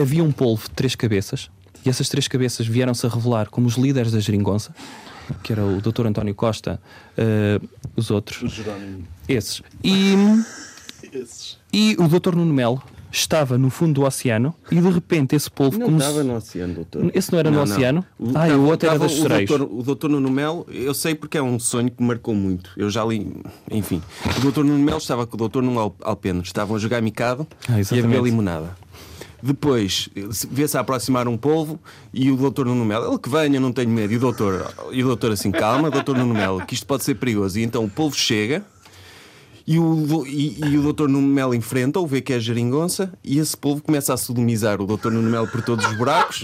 [SPEAKER 5] havia um polvo de três cabeças e essas três cabeças vieram-se a revelar como os líderes da geringonça, que era o Dr. António Costa, eh, os outros.
[SPEAKER 3] Jerónimo.
[SPEAKER 5] Esses. E,
[SPEAKER 3] Esses.
[SPEAKER 5] e o Dr. Nuno Melo estava no fundo do oceano e de repente esse polvo
[SPEAKER 6] Não
[SPEAKER 5] começou-
[SPEAKER 6] estava no oceano, doutor.
[SPEAKER 5] Esse não era no oceano? Ah, e o outro era
[SPEAKER 6] estava
[SPEAKER 5] das
[SPEAKER 6] o
[SPEAKER 5] sereias.
[SPEAKER 6] doutor- O doutor Nuno Melo, eu sei porque é um sonho que me marcou muito. Eu já li, enfim. O doutor Nuno Melo estava com o doutor Nuno Al- Alpeno. Estavam a jogar micado
[SPEAKER 5] Ah,
[SPEAKER 6] e a
[SPEAKER 5] exatamente.
[SPEAKER 6] beber limonada. Depois se- vê-se a aproximar um polvo e o doutor Nuno Melo, ele que venha, não tenho medo. E o doutor, e o doutor assim, calma, doutor Nuno Melo, que isto pode ser perigoso. E então o polvo chega e o, do- e, e o Dr. Nuno Melo enfrenta-o, vê que é geringonça, e esse povo começa a sodomizar o Dr. Nuno Melo por todos os buracos.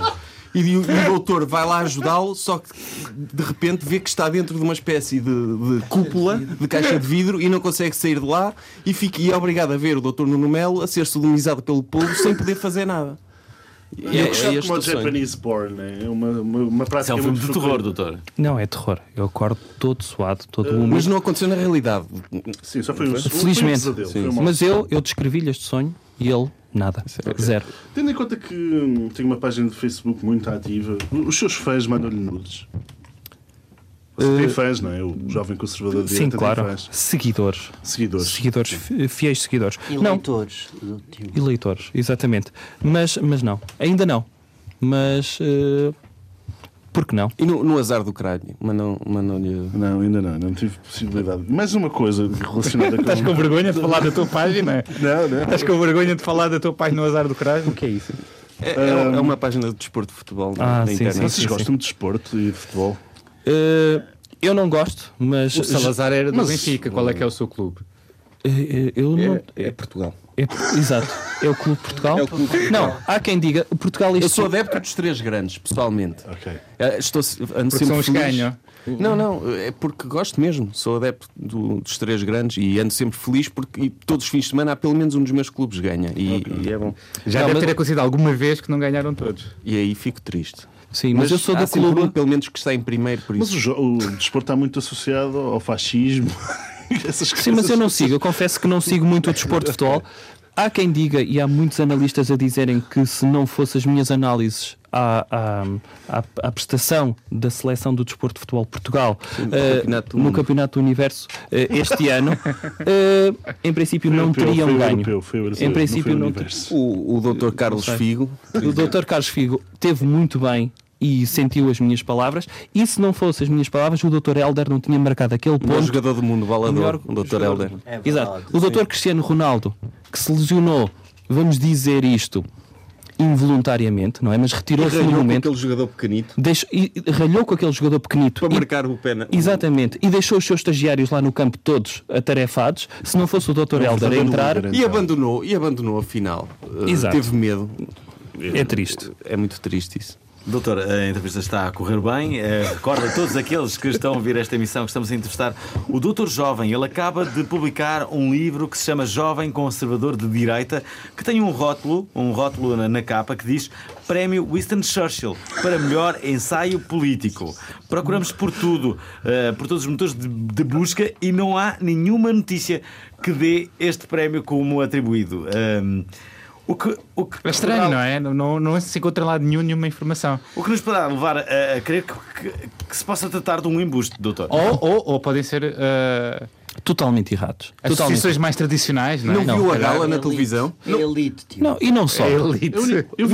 [SPEAKER 6] E, o- e o doutor vai lá ajudá-lo, só que de repente vê que está dentro de uma espécie de, de cúpula, de caixa de vidro, e não consegue sair de lá. E, fica, e é obrigado a ver o Dr. Nuno Melo a ser sodomizado pelo povo sem poder fazer nada. E
[SPEAKER 3] É,
[SPEAKER 6] é-
[SPEAKER 3] é,
[SPEAKER 6] é
[SPEAKER 3] é
[SPEAKER 6] este
[SPEAKER 3] como
[SPEAKER 6] o
[SPEAKER 3] o
[SPEAKER 6] sonho.
[SPEAKER 3] Japanese porn, né? é uma, uma, uma
[SPEAKER 1] Isso
[SPEAKER 3] prática
[SPEAKER 1] é um filme
[SPEAKER 3] muito
[SPEAKER 1] de terror,
[SPEAKER 3] frequente.
[SPEAKER 1] doutor.
[SPEAKER 5] Não, é terror. Eu acordo todo suado, todo úmido.
[SPEAKER 6] Mas não aconteceu na realidade.
[SPEAKER 3] Sim, só foi um foi um
[SPEAKER 5] Felizmente.
[SPEAKER 3] pesadelo,
[SPEAKER 6] Sim.
[SPEAKER 3] foi uma-
[SPEAKER 5] Mas eu, eu descrevi-lhe este sonho e ele, nada. Zero.
[SPEAKER 3] Tendo em conta que hum, tenho uma página de Facebook muito ativa, os seus fãs mandam-lhe nudes. Você tem fãs, não é? O jovem conservador de
[SPEAKER 5] Sim,
[SPEAKER 3] direita
[SPEAKER 5] claro.
[SPEAKER 3] tem fãs.
[SPEAKER 5] Seguidores.
[SPEAKER 3] Seguidores.
[SPEAKER 5] Seguidores, fi- fiéis seguidores.
[SPEAKER 7] E
[SPEAKER 5] não,
[SPEAKER 7] leitores do tio.
[SPEAKER 5] eleitores, exatamente. Mas, mas não, ainda não. Mas. eh, por que não?
[SPEAKER 6] E no, no azar do crânio, mandam- mandam-lhe.
[SPEAKER 3] Não, ainda não, não tive possibilidade. Mais uma coisa relacionada com.
[SPEAKER 2] Estás com vergonha de falar da tua página?
[SPEAKER 3] Não, não.
[SPEAKER 2] Estás com vergonha de falar da tua página no azar do coragem? O que é isso?
[SPEAKER 6] É, é- é uma página de desporto de futebol na,
[SPEAKER 5] Ah,
[SPEAKER 6] na
[SPEAKER 5] sim,
[SPEAKER 6] internet.
[SPEAKER 3] Vocês gostam de desporto e de futebol?
[SPEAKER 5] Eh, eu não gosto, mas.
[SPEAKER 2] O Salazar era do
[SPEAKER 3] Mas-
[SPEAKER 2] Benfica, qual é que é o seu clube?
[SPEAKER 5] Eh, eh, eu não.
[SPEAKER 6] É Portugal.
[SPEAKER 5] é- exato. É o Clube de Portugal. Não, há quem diga, o Portugal
[SPEAKER 6] Eu
[SPEAKER 5] este
[SPEAKER 6] sou adepto dos três grandes, pessoalmente.
[SPEAKER 3] Ok.
[SPEAKER 6] Eh, Estou se- ando
[SPEAKER 2] Porque
[SPEAKER 6] sempre
[SPEAKER 2] são os que
[SPEAKER 6] feliz.
[SPEAKER 2] ganham.
[SPEAKER 6] Não, não, é porque gosto mesmo. Sou adepto do- dos três grandes e ando sempre feliz porque e todos os fins de semana há pelo menos um dos meus clubes ganha. E, e é bom.
[SPEAKER 2] Já
[SPEAKER 6] Não,
[SPEAKER 2] deve
[SPEAKER 6] mas-
[SPEAKER 2] ter acontecido alguma vez que não ganharam todos.
[SPEAKER 6] E aí fico triste.
[SPEAKER 5] Sim, mas, eu sou
[SPEAKER 6] há
[SPEAKER 5] do
[SPEAKER 6] sempre
[SPEAKER 5] clube.
[SPEAKER 6] um, pelo menos que está em primeiro, por
[SPEAKER 3] Mas
[SPEAKER 6] isso.
[SPEAKER 3] o, jo- o desporto está muito associado ao fascismo. [laughs] Essas
[SPEAKER 5] Sim, mas eu não sigo. Eu confesso que não sigo muito o desporto de futebol. Há quem diga, e há muitos analistas a dizerem que se não fossem as minhas análises à, à, à, à prestação da seleção do desporto de futebol de Portugal
[SPEAKER 6] no
[SPEAKER 5] eh,
[SPEAKER 6] Campeonato do
[SPEAKER 5] no
[SPEAKER 6] Mundo.
[SPEAKER 5] Campeonato do Universo eh, este ano,
[SPEAKER 6] [laughs]
[SPEAKER 5] eh, em princípio não
[SPEAKER 3] Europeu,
[SPEAKER 5] teriam
[SPEAKER 3] foi o
[SPEAKER 5] ganho.
[SPEAKER 3] europeu, foi o europeu,
[SPEAKER 5] em princípio
[SPEAKER 3] não foi o
[SPEAKER 5] não,
[SPEAKER 3] universo.
[SPEAKER 6] O, o doutor Carlos Figo.
[SPEAKER 5] o Dr. Carlos Figo teve muito bem e sentiu as minhas palavras. E se não fossem as minhas palavras, o Dr. Helder não tinha marcado aquele
[SPEAKER 6] Bom
[SPEAKER 5] ponto.
[SPEAKER 6] jogador do mundo, balador,
[SPEAKER 5] melhor
[SPEAKER 6] é o Dr. um Helder.
[SPEAKER 7] É verdade.
[SPEAKER 5] Exato. O Dr. Cristiano Ronaldo, que se lesionou, vamos dizer isto, involuntariamente, não é? Mas retirou-se no
[SPEAKER 6] Ganhou com
[SPEAKER 5] momento,
[SPEAKER 6] aquele jogador pequenito
[SPEAKER 5] deixou- e- e ralhou com aquele jogador pequenito.
[SPEAKER 6] para
[SPEAKER 5] e-
[SPEAKER 6] marcar o pena.
[SPEAKER 5] Exatamente, e deixou os seus estagiários lá no campo todos atarefados. Se não fosse o Dr. Helder a
[SPEAKER 3] verdadeiro
[SPEAKER 5] entrar,
[SPEAKER 3] líder.
[SPEAKER 6] E abandonou, e abandonou a final. Eh,
[SPEAKER 5] Então. Exato.
[SPEAKER 6] Teve medo.
[SPEAKER 5] é triste.
[SPEAKER 6] É muito triste isso.
[SPEAKER 1] Doutor, a entrevista está a correr bem. Eh, Recordo a todos aqueles que estão a ouvir esta emissão que estamos a entrevistar o Doutor Jovem. Ele acaba de publicar um livro que se chama Jovem Conservador de Direita, que tem um rótulo, um rótulo na, na capa que diz Prémio Winston Churchill para melhor ensaio político. Procuramos por tudo, eh, por todos os motores de, de busca e não há nenhuma notícia que dê este prémio como atribuído. Ahm, Ehm, O que, o que
[SPEAKER 2] É estranho, não é? Não, não, não se encontra lá nenhum, nenhuma informação.
[SPEAKER 1] O que nos poderá levar a, a crer que, que- que se possa tratar de um embuste, doutor?
[SPEAKER 2] Ou, ou, ou podem ser ah,
[SPEAKER 5] Totalmente errados. Totalmente.
[SPEAKER 2] associações mais tradicionais, não é?
[SPEAKER 6] Não, viu a gala na
[SPEAKER 7] Elite.
[SPEAKER 6] televisão?
[SPEAKER 7] É elite, tio.
[SPEAKER 5] Não, e não só.
[SPEAKER 3] Eu, eu vi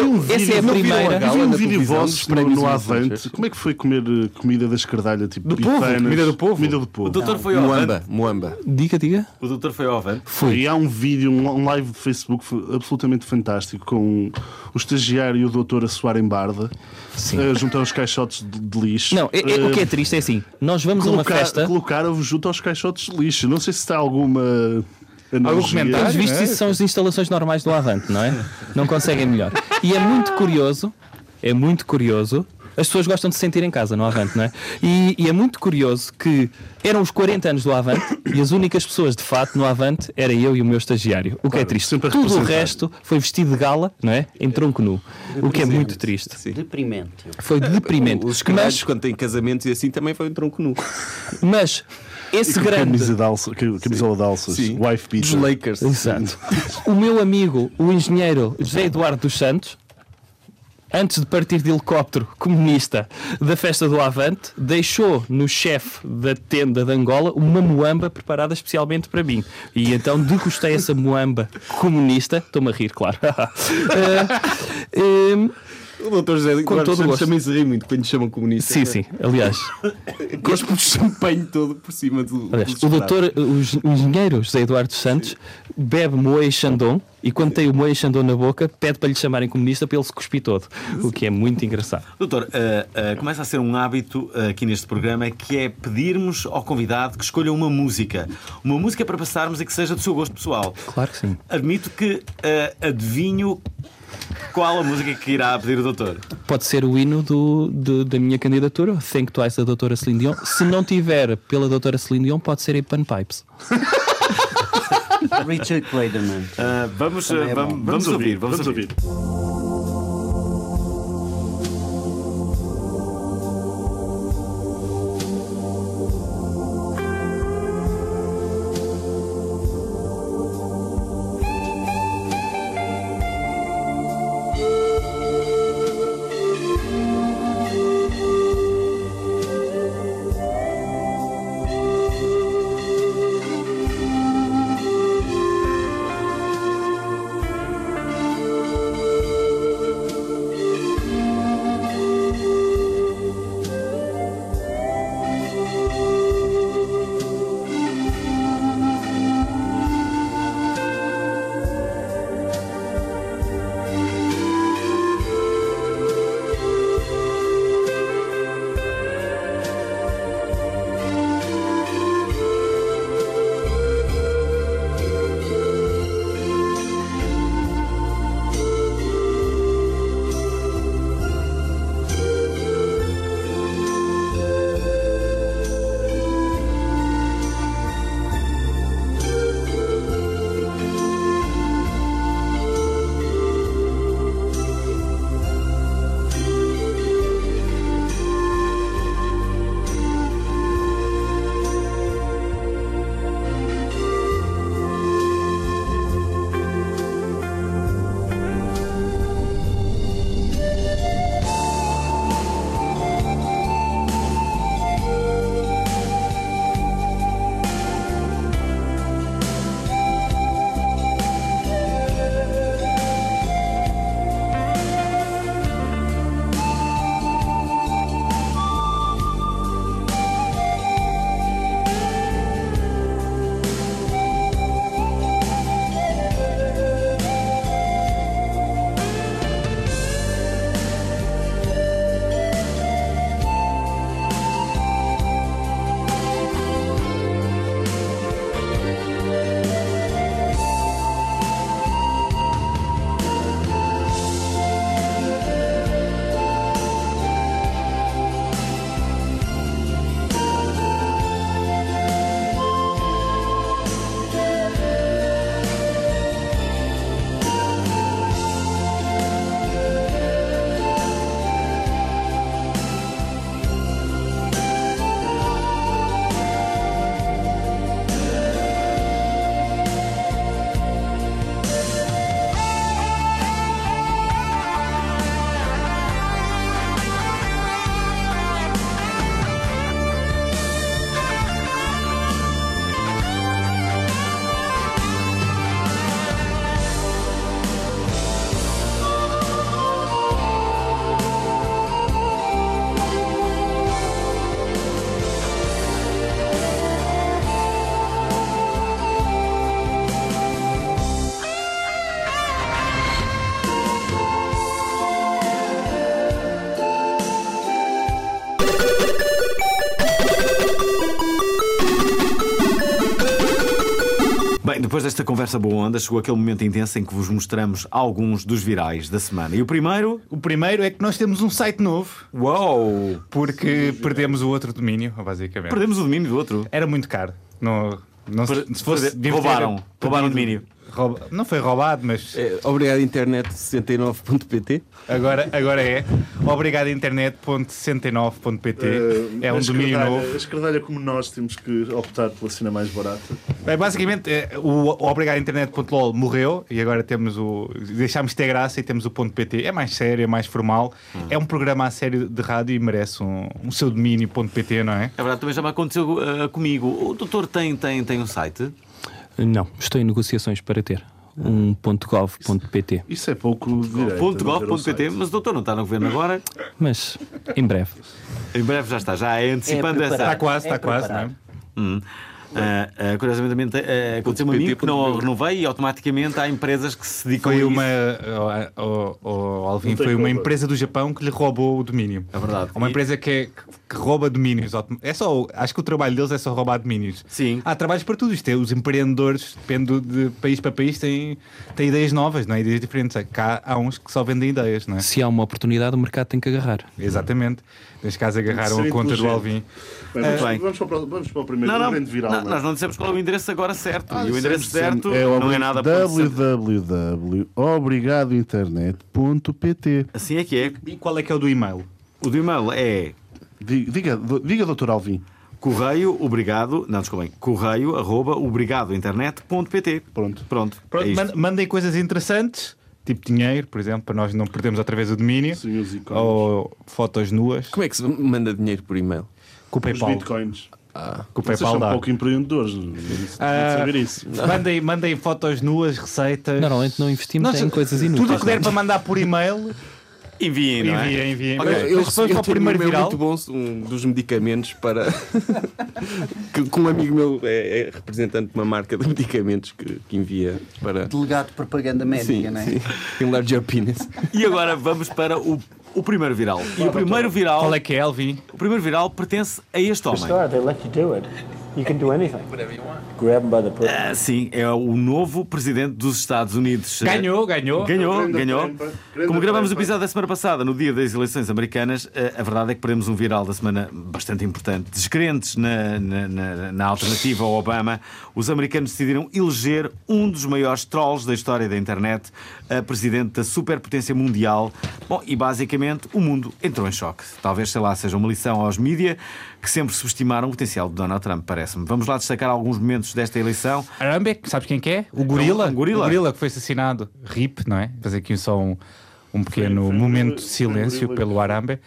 [SPEAKER 3] um
[SPEAKER 5] Essa
[SPEAKER 3] vídeo,
[SPEAKER 5] é a
[SPEAKER 3] não vi-
[SPEAKER 5] primeira.
[SPEAKER 3] eu vi um
[SPEAKER 6] na
[SPEAKER 3] vídeo
[SPEAKER 6] televisão
[SPEAKER 3] vosso
[SPEAKER 6] dos
[SPEAKER 3] no,
[SPEAKER 6] prémios
[SPEAKER 3] no
[SPEAKER 6] internacionais.
[SPEAKER 3] Avante. Como é que foi comer eh, comida da escardalha? Tipo
[SPEAKER 2] Do povo?
[SPEAKER 3] bifanas?
[SPEAKER 2] Comida do povo?
[SPEAKER 3] Comida do povo.
[SPEAKER 1] o doutor foi ao avante.
[SPEAKER 6] Moamba, Moamba.
[SPEAKER 5] Diga, diga.
[SPEAKER 1] O doutor foi ao avante.
[SPEAKER 3] E há um vídeo, um um live de Facebook foi absolutamente fantástico com o estagiário e o doutor a suar em barda, eh, junto aos caixotes de, de lixo.
[SPEAKER 5] Não, é- é- o que é triste é assim: nós vamos a uma
[SPEAKER 3] Colocar-
[SPEAKER 5] festa.
[SPEAKER 3] Colocaram-vos junto aos caixotes de lixo. Não sei se está alguma. analogia.
[SPEAKER 2] comentário?
[SPEAKER 5] Pelos vistos,
[SPEAKER 2] não é?
[SPEAKER 5] isso são as instalações normais do Avante, não é? Não conseguem melhor. E é muito curioso, é muito curioso. As pessoas gostam de se sentir em casa no Avante, não é? E, e é muito curioso que eram os 40 anos do Avante e as únicas pessoas de fato no Avante era eu e o meu estagiário. O que é triste.
[SPEAKER 3] sempre a
[SPEAKER 5] Tudo o
[SPEAKER 3] representar.
[SPEAKER 5] resto foi vestido de gala, não é? Em tronco nu. O que é muito triste.
[SPEAKER 7] Deprimente, tio.
[SPEAKER 5] Foi deprimente.
[SPEAKER 6] Os escravos,
[SPEAKER 5] Mas,
[SPEAKER 6] quando têm casamentos e assim, também foi um tronco nu.
[SPEAKER 5] mas esse grande.
[SPEAKER 3] Camisa de alça, ca- camisola de alças,
[SPEAKER 6] Sim.
[SPEAKER 3] wife
[SPEAKER 6] Dos
[SPEAKER 3] beater.
[SPEAKER 6] Lakers.
[SPEAKER 5] Exato. [laughs] O meu amigo, o engenheiro José Eduardo dos Santos, antes de partir de helicóptero comunista da festa do Avante, deixou no chefe da tenda de Angola uma moamba preparada especialmente para mim. E então degustei essa moamba comunista. Estou-me a rir, claro. [laughs] Eh, eh,
[SPEAKER 6] O doutor José
[SPEAKER 5] Com todo o
[SPEAKER 6] Santos
[SPEAKER 5] gosto.
[SPEAKER 6] também se ri muito quando lhe chamam comunista.
[SPEAKER 5] sim, sim, aliás.
[SPEAKER 6] Gosto do champanhe todo por cima do.
[SPEAKER 5] Aliás,
[SPEAKER 6] dos
[SPEAKER 5] o
[SPEAKER 6] escravos.
[SPEAKER 5] doutor, o eng- o engenheiro José Eduardo dos Santos bebe Moe e Xandão e quando tem o Moe e Xandão na boca pede para lhe chamarem comunista para ele se cuspir todo, o que é muito engraçado.
[SPEAKER 1] Doutor, ah, ah, começa a ser um hábito ah, aqui neste programa que é pedirmos ao convidado que escolha uma música. Uma música para passarmos e que seja do seu gosto pessoal.
[SPEAKER 5] Claro que sim.
[SPEAKER 1] Admito que ah, adivinho qual a música que irá pedir o doutor.
[SPEAKER 5] Pode ser o hino do, do- da minha candidatura, Think Twice da doutora Celine Dion. Se não tiver pela doutora Celine Dion, pode ser a Panpipes.
[SPEAKER 7] Richard Clayderman.
[SPEAKER 1] Ah, vamos, ah,
[SPEAKER 7] Também é bom.
[SPEAKER 1] vamos, vamos ouvir, vamos, ouvir.
[SPEAKER 8] Thank
[SPEAKER 1] Bem, depois desta conversa boa onda, chegou aquele momento intenso em que vos mostramos alguns dos virais da semana. E o primeiro.
[SPEAKER 2] O primeiro é que nós temos um site novo,
[SPEAKER 1] Uou!
[SPEAKER 2] porque perdemos o outro domínio, basicamente.
[SPEAKER 1] Perdemos o domínio do outro.
[SPEAKER 2] Era muito caro. Não, não se-
[SPEAKER 1] Per-
[SPEAKER 2] se fosse,
[SPEAKER 1] perde-
[SPEAKER 2] devíamos ter
[SPEAKER 1] roubaram. Roubaram o
[SPEAKER 2] perdido-
[SPEAKER 1] domínio.
[SPEAKER 2] rouba- não foi roubado, mas
[SPEAKER 6] É, obrigado, internet 69.pt.
[SPEAKER 2] agora, agora é. Obrigado internet.69.pt. é um
[SPEAKER 3] Eh, a
[SPEAKER 2] domínio
[SPEAKER 3] escardalha-
[SPEAKER 2] novo.
[SPEAKER 3] A escardalha como nós temos que optar pela cena mais barata.
[SPEAKER 2] Bem, basicamente, eh, o, o obrigadointernet.lol morreu e agora temos o. Deixámos de ter graça e temos o ponto .pt. É mais sério, é mais formal.
[SPEAKER 1] Hum.
[SPEAKER 2] É um programa a sério de rádio e merece um, um seu domínio ponto .pt, não é?
[SPEAKER 1] É verdade, também já me aconteceu ah, comigo. O doutor tem, tem, tem um site.
[SPEAKER 9] Não, estou em negociações para ter um .gov.pt,
[SPEAKER 3] Isso é pouco direito.
[SPEAKER 1] eh, Ponto
[SPEAKER 3] não ver o
[SPEAKER 1] .gov.pt,
[SPEAKER 3] site.
[SPEAKER 1] mas o doutor não está no governo agora.
[SPEAKER 9] mas em breve.
[SPEAKER 1] Em breve já está, já é antecipando
[SPEAKER 7] É
[SPEAKER 1] essa.
[SPEAKER 2] Está
[SPEAKER 7] preparado.
[SPEAKER 2] Tá quase,
[SPEAKER 7] É
[SPEAKER 2] está quase, não
[SPEAKER 7] preparado.
[SPEAKER 2] é?
[SPEAKER 1] Hum. Ah, ah, curiosamente, ah, aconteceu-me a
[SPEAKER 6] PT,
[SPEAKER 1] mim que não
[SPEAKER 6] ponto
[SPEAKER 1] a renovei e automaticamente há empresas que se dedicam
[SPEAKER 2] Foi
[SPEAKER 1] a
[SPEAKER 2] uma.
[SPEAKER 1] isso.
[SPEAKER 2] O, o- o Alvin
[SPEAKER 3] Não tem
[SPEAKER 2] foi uma
[SPEAKER 3] culpa.
[SPEAKER 2] empresa do Japão que lhe roubou o domínio.
[SPEAKER 1] É verdade.
[SPEAKER 2] Uma
[SPEAKER 1] E-
[SPEAKER 2] empresa que, é- que rouba domínios. autom- É só, o- acho que o trabalho deles é só roubar domínios.
[SPEAKER 1] Sim.
[SPEAKER 2] Há trabalhos para tudo isto. é, Os empreendedores, depende de país para país, têm, têm ideias novas, não é? ideias diferentes. Cá há uns que só vendem ideias, não é?
[SPEAKER 9] Se há uma oportunidade, o mercado tem que agarrar.
[SPEAKER 2] Exatamente. Neste caso agarraram
[SPEAKER 3] Ser
[SPEAKER 2] a conta do
[SPEAKER 3] inteligente.
[SPEAKER 2] Alvin.
[SPEAKER 3] Bem, vamos,
[SPEAKER 1] bem.
[SPEAKER 3] Vamos, para o, pro- vamos para o primeiro
[SPEAKER 1] Não, não,
[SPEAKER 3] grande viral.
[SPEAKER 1] não,
[SPEAKER 3] não é? Ah,
[SPEAKER 1] nós não dissemos qual é o endereço agora certo. e o endereço certo
[SPEAKER 3] o
[SPEAKER 1] não é nada ponto-
[SPEAKER 3] www.obrigadointernet.pt
[SPEAKER 1] Assim é que é.
[SPEAKER 2] E qual é que é o do e-mail?
[SPEAKER 1] O do e-mail é
[SPEAKER 3] Diga, diga, diga doutor Alvim.
[SPEAKER 1] correio obrigado, não desculpem, correio arroba obrigadointernet.pt.
[SPEAKER 3] Pronto.
[SPEAKER 1] Pronto,
[SPEAKER 2] Pronto,
[SPEAKER 1] é isto.
[SPEAKER 2] man- mandem coisas interessantes, tipo dinheiro, por exemplo, para nós não perdermos outra vez o domínio.
[SPEAKER 3] Sim, os ícones.
[SPEAKER 2] Ou fotos nuas.
[SPEAKER 6] Como é que se manda dinheiro por e-mail?
[SPEAKER 2] Com o
[SPEAKER 3] Os
[SPEAKER 2] PayPal.
[SPEAKER 3] bitcoins.
[SPEAKER 2] Com o
[SPEAKER 3] Vocês
[SPEAKER 2] PayPal
[SPEAKER 3] são
[SPEAKER 2] dá.
[SPEAKER 3] pouco empreendedores. não- Não devem
[SPEAKER 2] Ah,
[SPEAKER 3] saber isso.
[SPEAKER 2] Mandem, mandem fotos nuas, receitas.
[SPEAKER 9] Normalmente não investimos
[SPEAKER 2] Nós-
[SPEAKER 9] em coisas inúteis.
[SPEAKER 2] Tudo o que der
[SPEAKER 9] não é?
[SPEAKER 2] para mandar por e-mail,
[SPEAKER 1] enviem, não é?
[SPEAKER 2] enviem, enviem.
[SPEAKER 6] Eu,
[SPEAKER 2] Mas-
[SPEAKER 6] eu,
[SPEAKER 2] mas vamos para o
[SPEAKER 6] recebi- eu tenho um
[SPEAKER 2] primeiro
[SPEAKER 6] e-mail
[SPEAKER 2] viral.
[SPEAKER 6] muito bom, um dos medicamentos para. [laughs] que, que um amigo meu é, é representante de uma marca de medicamentos que, que envia para.
[SPEAKER 7] Delegado de propaganda médica, não é?
[SPEAKER 6] Sim. Enlarge your penis.
[SPEAKER 1] E agora vamos para o, o primeiro viral. E o primeiro viral,
[SPEAKER 2] Qual é que é, Elvin?
[SPEAKER 1] o primeiro viral pertence a este homem.
[SPEAKER 10] They let you do it. You can do anything. Whatever you want. Grab them by the pussy.
[SPEAKER 1] Ah, sim, é o novo presidente dos Estados Unidos.
[SPEAKER 2] Ganhou, ganhou.
[SPEAKER 1] Ganhou,
[SPEAKER 3] Grande
[SPEAKER 1] ganhou.
[SPEAKER 3] trampa, grande
[SPEAKER 1] Como gravamos o
[SPEAKER 3] trampa.
[SPEAKER 1] episódio da semana passada, no dia das eleições americanas, a, a verdade é que perdemos um viral da semana bastante importante. Descrentes na, na- na- na alternativa ao Obama, os americanos decidiram eleger um dos maiores trolls da história da internet a presidente da superpotência mundial. Bom, e basicamente o mundo entrou em choque. Talvez, sei lá, seja uma lição aos mídia que sempre subestimaram o potencial de Donald Trump, parece-me. Vamos lá destacar alguns momentos desta eleição.
[SPEAKER 2] Arambic, sabes quem que é? O gorila.
[SPEAKER 1] um gorila.
[SPEAKER 2] O gorila que foi assassinado. RIP, não é? Fazer aqui só um, um pequeno
[SPEAKER 3] Foi- foi um
[SPEAKER 2] momento
[SPEAKER 3] gorila-
[SPEAKER 2] de
[SPEAKER 3] foi um
[SPEAKER 2] silêncio
[SPEAKER 3] gorila
[SPEAKER 2] pelo Arambe.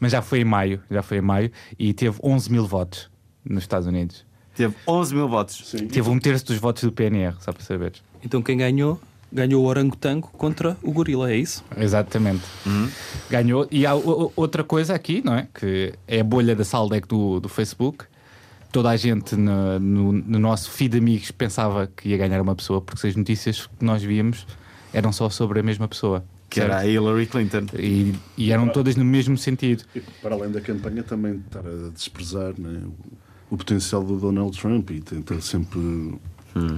[SPEAKER 2] Mas já foi em maio, já foi em maio. E teve 11 mil votos nos Estados Unidos.
[SPEAKER 1] Teve 11 mil votos.
[SPEAKER 3] Sim.
[SPEAKER 2] Teve um terço dos votos do PNR, só para saberes.
[SPEAKER 9] Então quem ganhou, ganhou o orangotango contra o gorila, é isso?
[SPEAKER 2] Exatamente.
[SPEAKER 1] Uhum.
[SPEAKER 2] Ganhou. E há o- o- outra coisa aqui, não é? Que é a bolha da Saldec do, do Facebook. Toda a gente no, no- no nosso feed de amigos pensava que ia ganhar uma pessoa, porque as notícias que nós víamos eram só sobre a mesma pessoa.
[SPEAKER 1] Que era a
[SPEAKER 2] certo?
[SPEAKER 1] Hillary Clinton.
[SPEAKER 2] E, e eram todas no mesmo sentido.
[SPEAKER 3] E Tipo, para além da campanha, também estar a desprezar não é, o, o potencial do Donald Trump e tentar sempre
[SPEAKER 2] Hum.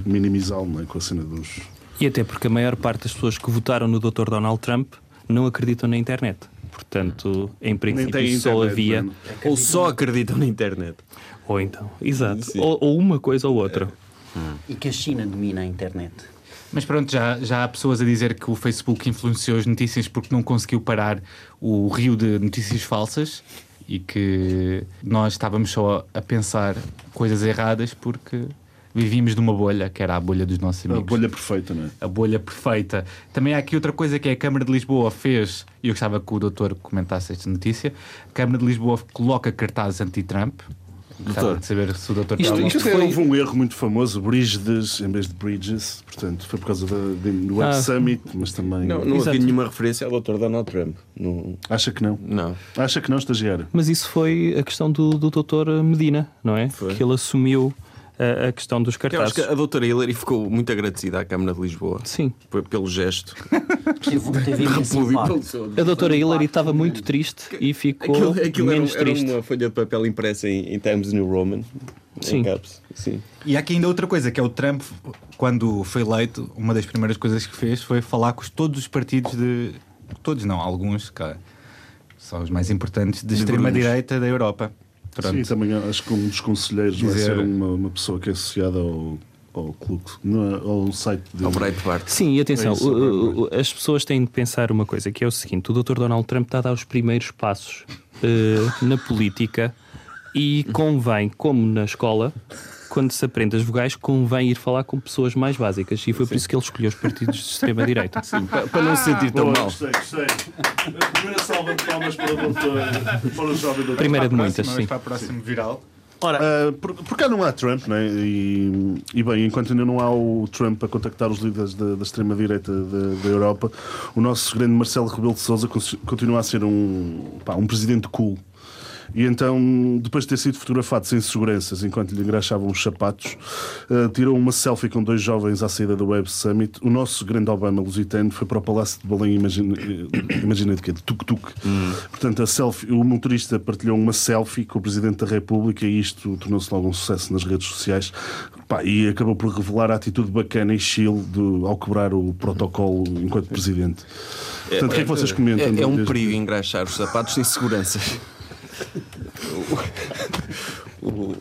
[SPEAKER 3] minimizá-lo não é, com a cena dos.
[SPEAKER 9] E até porque a maior parte das pessoas que votaram no Dr. Donald Trump não acreditam na internet. Portanto, em princípio, só havia.
[SPEAKER 3] mano.
[SPEAKER 6] Ou só acreditam na internet.
[SPEAKER 9] Ou então, exato. Ou, ou uma coisa ou outra.
[SPEAKER 6] É.
[SPEAKER 7] E que a China domina a internet.
[SPEAKER 2] Mas pronto, já, já há pessoas a dizer que o Facebook influenciou as notícias porque não conseguiu parar o rio de notícias falsas e que nós estávamos só a pensar coisas erradas porque vivíamos numa bolha, que era a bolha dos nossos
[SPEAKER 3] A
[SPEAKER 2] amigos.
[SPEAKER 3] bolha perfeita, não é?
[SPEAKER 2] A bolha perfeita. Também há aqui outra coisa que é a Câmara de Lisboa fez, e eu gostava que o doutor comentasse esta notícia, a Câmara de Lisboa coloca cartazes anti-Trump. Gostava de saber se o doutor...
[SPEAKER 9] Isto-
[SPEAKER 2] está lá.
[SPEAKER 9] isto
[SPEAKER 3] Até
[SPEAKER 9] foi-
[SPEAKER 3] Houve um erro muito famoso, Bridges em vez de Bridges, portanto foi por causa da, de- do Web
[SPEAKER 9] Ah.
[SPEAKER 3] Summit, mas também.
[SPEAKER 6] Não, não
[SPEAKER 9] Exato.
[SPEAKER 6] havia nenhuma referência ao Dr. Donald Trump. Não.
[SPEAKER 3] Acha que não?
[SPEAKER 6] não.
[SPEAKER 3] Acha que não, estagiário?
[SPEAKER 9] Mas isso foi a questão do, do Dr. Medina, não é?
[SPEAKER 6] Foi.
[SPEAKER 9] Que ele assumiu eh, a, a questão dos
[SPEAKER 6] Eu acho
[SPEAKER 9] cartazes.
[SPEAKER 6] que a doutora Hillary ficou muito agradecida à Câmara de Lisboa
[SPEAKER 9] Sim.
[SPEAKER 6] p- pelo [laughs] gesto.
[SPEAKER 7] Teve, teve imenso impacto.
[SPEAKER 9] A
[SPEAKER 6] um
[SPEAKER 9] doutora Hillary estava muito triste e ficou
[SPEAKER 6] Aquilo, aquilo era,
[SPEAKER 9] menos
[SPEAKER 6] um- era
[SPEAKER 9] triste.
[SPEAKER 6] uma folha de papel impressa em, em Times New Roman.
[SPEAKER 9] Sim.
[SPEAKER 6] Em caps. Sim.
[SPEAKER 2] E há aqui ainda outra coisa, que é o Trump quando foi eleito, uma das primeiras coisas que fez foi falar com os- todos os partidos de. Todos não, alguns, cara, são os mais importantes, de
[SPEAKER 3] De
[SPEAKER 2] extrema-direita da Europa. Pronto.
[SPEAKER 3] Sim, também acho que um dos conselheiros vai
[SPEAKER 2] Dizer-
[SPEAKER 3] ser uma, uma pessoa que é associada ao, ao clube, não é? ao site dele.
[SPEAKER 6] Ao Breitbart.
[SPEAKER 5] Sim, e atenção,
[SPEAKER 3] É isso,
[SPEAKER 5] o- o- o- as pessoas têm de pensar uma coisa, que é o seguinte: o Dr. Donald Trump está a dar os primeiros passos eh, na política e convém, como na escola, quando se aprende as vogais, convém ir falar com pessoas mais básicas. E foi por isso que ele escolheu os partidos de extrema-direita.
[SPEAKER 6] Pa- Para não se sentir tão
[SPEAKER 3] Ah, Boa,
[SPEAKER 6] mal.
[SPEAKER 3] gostei, gostei. A primeira salva de palmas para o, doutor, para o jovem doutor.
[SPEAKER 5] Primeira de
[SPEAKER 2] Próxima
[SPEAKER 5] muitas,
[SPEAKER 2] vez
[SPEAKER 5] sim.
[SPEAKER 2] Então, Para a próxima viral.
[SPEAKER 3] Ah, por, por cá não há Trump, né? E, e bem, enquanto ainda não há o Trump a contactar os líderes da, da extrema-direita da, da Europa, o nosso grande Marcelo Rebelo de Souza continua a ser um, pá, um presidente cool. E então, depois de ter sido fotografado sem seguranças enquanto lhe engraxavam os sapatos, ah, tirou uma selfie com dois jovens à saída da Web Summit. O nosso grande Obama lusitano foi para o Palácio de Belém, imagina, eh, imagina de quê? De tuk-tuk. Portanto, a selfie, o motorista partilhou uma selfie com o Presidente da República e isto tornou-se logo um sucesso nas redes sociais. Pá, e acabou por revelar a atitude bacana e chill do, ao quebrar o protocolo enquanto Presidente. Portanto, o que é que vocês comentam?
[SPEAKER 6] É, é um
[SPEAKER 3] Desde-
[SPEAKER 6] perigo engraxar os sapatos sem segurança. O- o-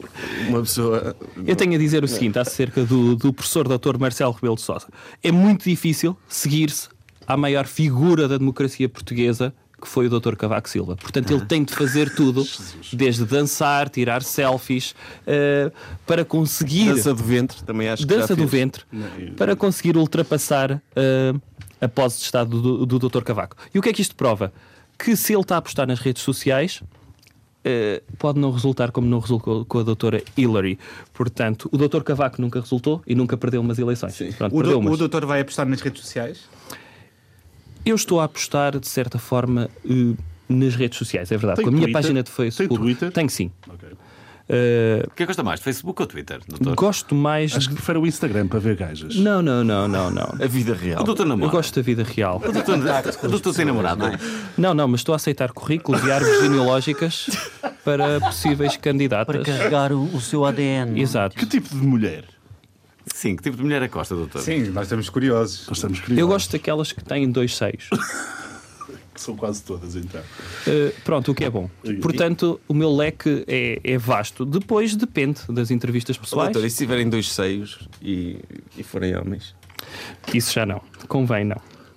[SPEAKER 6] Uma pessoa.
[SPEAKER 5] Eu tenho a dizer o seguinte acerca do, do professor Dr. Marcelo Rebelo de Sousa. É muito difícil seguir-se à maior figura da democracia portuguesa que foi o Dr. Cavaco Silva. Portanto, ele tem de fazer tudo, desde dançar, tirar selfies, eh, para conseguir
[SPEAKER 6] Dança do ventre, também acho que. já
[SPEAKER 5] dança do
[SPEAKER 6] fez.
[SPEAKER 5] ventre para conseguir ultrapassar eh, a pose de Estado do, do Dr. Cavaco. E o que é que isto prova? Que se ele está a apostar nas redes sociais, eh, pode não resultar como não resultou com a doutora Hillary. Portanto, o Dr. Cavaco nunca resultou e nunca perdeu umas eleições. Pronto,
[SPEAKER 2] O,
[SPEAKER 5] perdeu
[SPEAKER 2] do,
[SPEAKER 5] umas.
[SPEAKER 2] o doutor vai apostar nas redes sociais?
[SPEAKER 5] Eu estou a apostar, de certa forma, eh, nas redes sociais, é verdade.
[SPEAKER 3] Tem
[SPEAKER 5] com a minha
[SPEAKER 3] Twitter?
[SPEAKER 5] página de Facebook.
[SPEAKER 3] Tem Twitter?
[SPEAKER 5] Tenho sim.
[SPEAKER 3] Ok.
[SPEAKER 5] Eh,
[SPEAKER 1] O que é que gosta mais, de Facebook ou Twitter, doutor?
[SPEAKER 5] gosto mais.
[SPEAKER 3] Acho que prefiro o Instagram para ver gajas.
[SPEAKER 5] Não, não, não, não, não.
[SPEAKER 1] É
[SPEAKER 6] A vida real.
[SPEAKER 1] O doutor
[SPEAKER 5] Eu
[SPEAKER 1] namora.
[SPEAKER 5] gosto da vida real.
[SPEAKER 1] O doutor, o doutor tem namorado.
[SPEAKER 6] é?
[SPEAKER 5] Não, não, mas estou a aceitar currículos e árvores genealógicas para possíveis
[SPEAKER 7] Para
[SPEAKER 5] candidatas.
[SPEAKER 7] carregar o, o seu ADN.
[SPEAKER 5] Exato.
[SPEAKER 3] Que tipo de mulher?
[SPEAKER 1] Sim, que tipo de mulher é que gosta, doutor?
[SPEAKER 2] Sim, nós estamos curiosos.
[SPEAKER 3] Nós estamos
[SPEAKER 5] Eu
[SPEAKER 3] curiosos,
[SPEAKER 5] gosto daquelas que têm dois seios.
[SPEAKER 3] que são quase todas, então.
[SPEAKER 5] Uh, pronto, o que é bom. Portanto, o meu leque é, é vasto. Depois depende das entrevistas
[SPEAKER 6] Oh,
[SPEAKER 5] pessoais.
[SPEAKER 6] doutor, e se tiverem dois seios e, e forem homens?
[SPEAKER 5] Isso já não. Convém, não.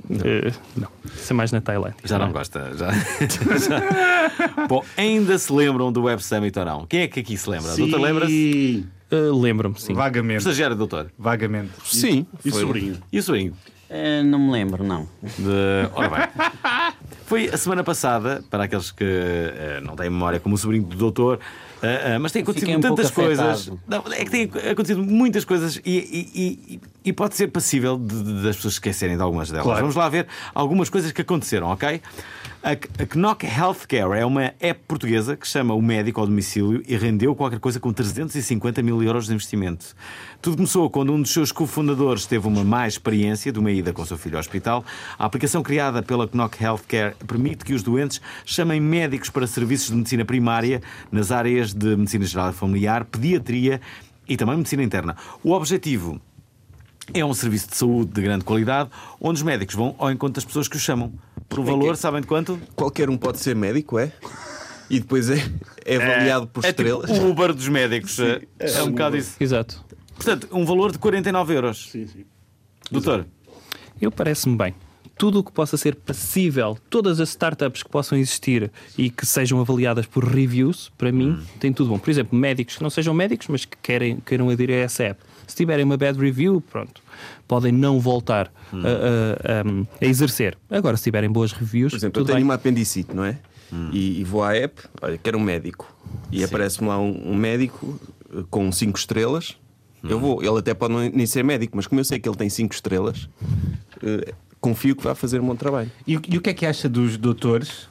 [SPEAKER 5] Uh, não. Isso é mais na Tailândia.
[SPEAKER 1] Já não gosta. Já. [laughs] já. Bom, ainda se lembram do Web Summit ou não? Quem é que aqui se lembra? Doutor, lembra-se?
[SPEAKER 3] E,
[SPEAKER 5] Uh, Lembro-me, sim.
[SPEAKER 1] O
[SPEAKER 2] Vagamente.
[SPEAKER 1] Estagiário, doutor.
[SPEAKER 2] Vagamente.
[SPEAKER 6] Sim.
[SPEAKER 3] e
[SPEAKER 6] foi-
[SPEAKER 3] sobrinho?
[SPEAKER 1] E o sobrinho?
[SPEAKER 7] Eh, não me lembro, não.
[SPEAKER 1] De... Ora bem. [laughs] Foi a semana passada, para aqueles que eh, não têm memória, como o sobrinho do doutor, eh, eh, mas tem acontecido
[SPEAKER 7] Fiquei um
[SPEAKER 1] tantas
[SPEAKER 7] pouco
[SPEAKER 1] coisas.
[SPEAKER 7] afetado.
[SPEAKER 1] Não, é que tem acontecido muitas coisas e, e- e- e pode ser passível de- de- das pessoas esquecerem de algumas delas. Vamos lá ver algumas coisas que aconteceram, ok? A, K- a Knock Healthcare é uma app portuguesa que chama o médico ao domicílio e rendeu qualquer coisa com 350 mil euros de investimento. Tudo começou quando um dos seus cofundadores teve uma má experiência de uma ida com o seu filho ao hospital. A aplicação criada pela Knock Healthcare permite que os doentes chamem médicos para serviços de medicina primária nas áreas de medicina geral e familiar, pediatria e também medicina interna. O objetivo é um serviço de saúde de grande qualidade, onde os médicos vão ao encontro das pessoas que os chamam. Por um valor, sabem de quanto?
[SPEAKER 6] Qualquer um pode ser médico, é? E depois é, é avaliado por
[SPEAKER 1] é
[SPEAKER 6] estrelas.
[SPEAKER 1] Tipo o Uber dos médicos. é, um bocado isso.
[SPEAKER 5] Exato.
[SPEAKER 1] Portanto, um valor de 49 euros.
[SPEAKER 3] Sim, sim.
[SPEAKER 1] Doutor,
[SPEAKER 5] Eu parece-me bem. Tudo o que possa ser passível, todas as startups que possam existir e que sejam avaliadas por reviews, para mim,
[SPEAKER 6] Hum.
[SPEAKER 5] tem tudo bom. Por exemplo, médicos que não sejam médicos, mas que querem, queiram aderir a essa app. Se tiverem uma bad review, pronto, podem não voltar
[SPEAKER 6] Hum.
[SPEAKER 5] a, a- a- a exercer. Agora, se tiverem boas reviews,
[SPEAKER 6] Por exemplo, eu
[SPEAKER 5] tudo
[SPEAKER 6] tenho
[SPEAKER 5] bem.
[SPEAKER 6] uma apendicite, não é? E, e vou à app, olha, quero um médico. E aparece-me lá um, um médico eh, com cinco estrelas. Eu vou, ele até pode não- nem ser médico, mas como eu sei que ele tem cinco estrelas, eh, confio que vai fazer um bom trabalho.
[SPEAKER 2] E, o- e o que é que acha dos doutores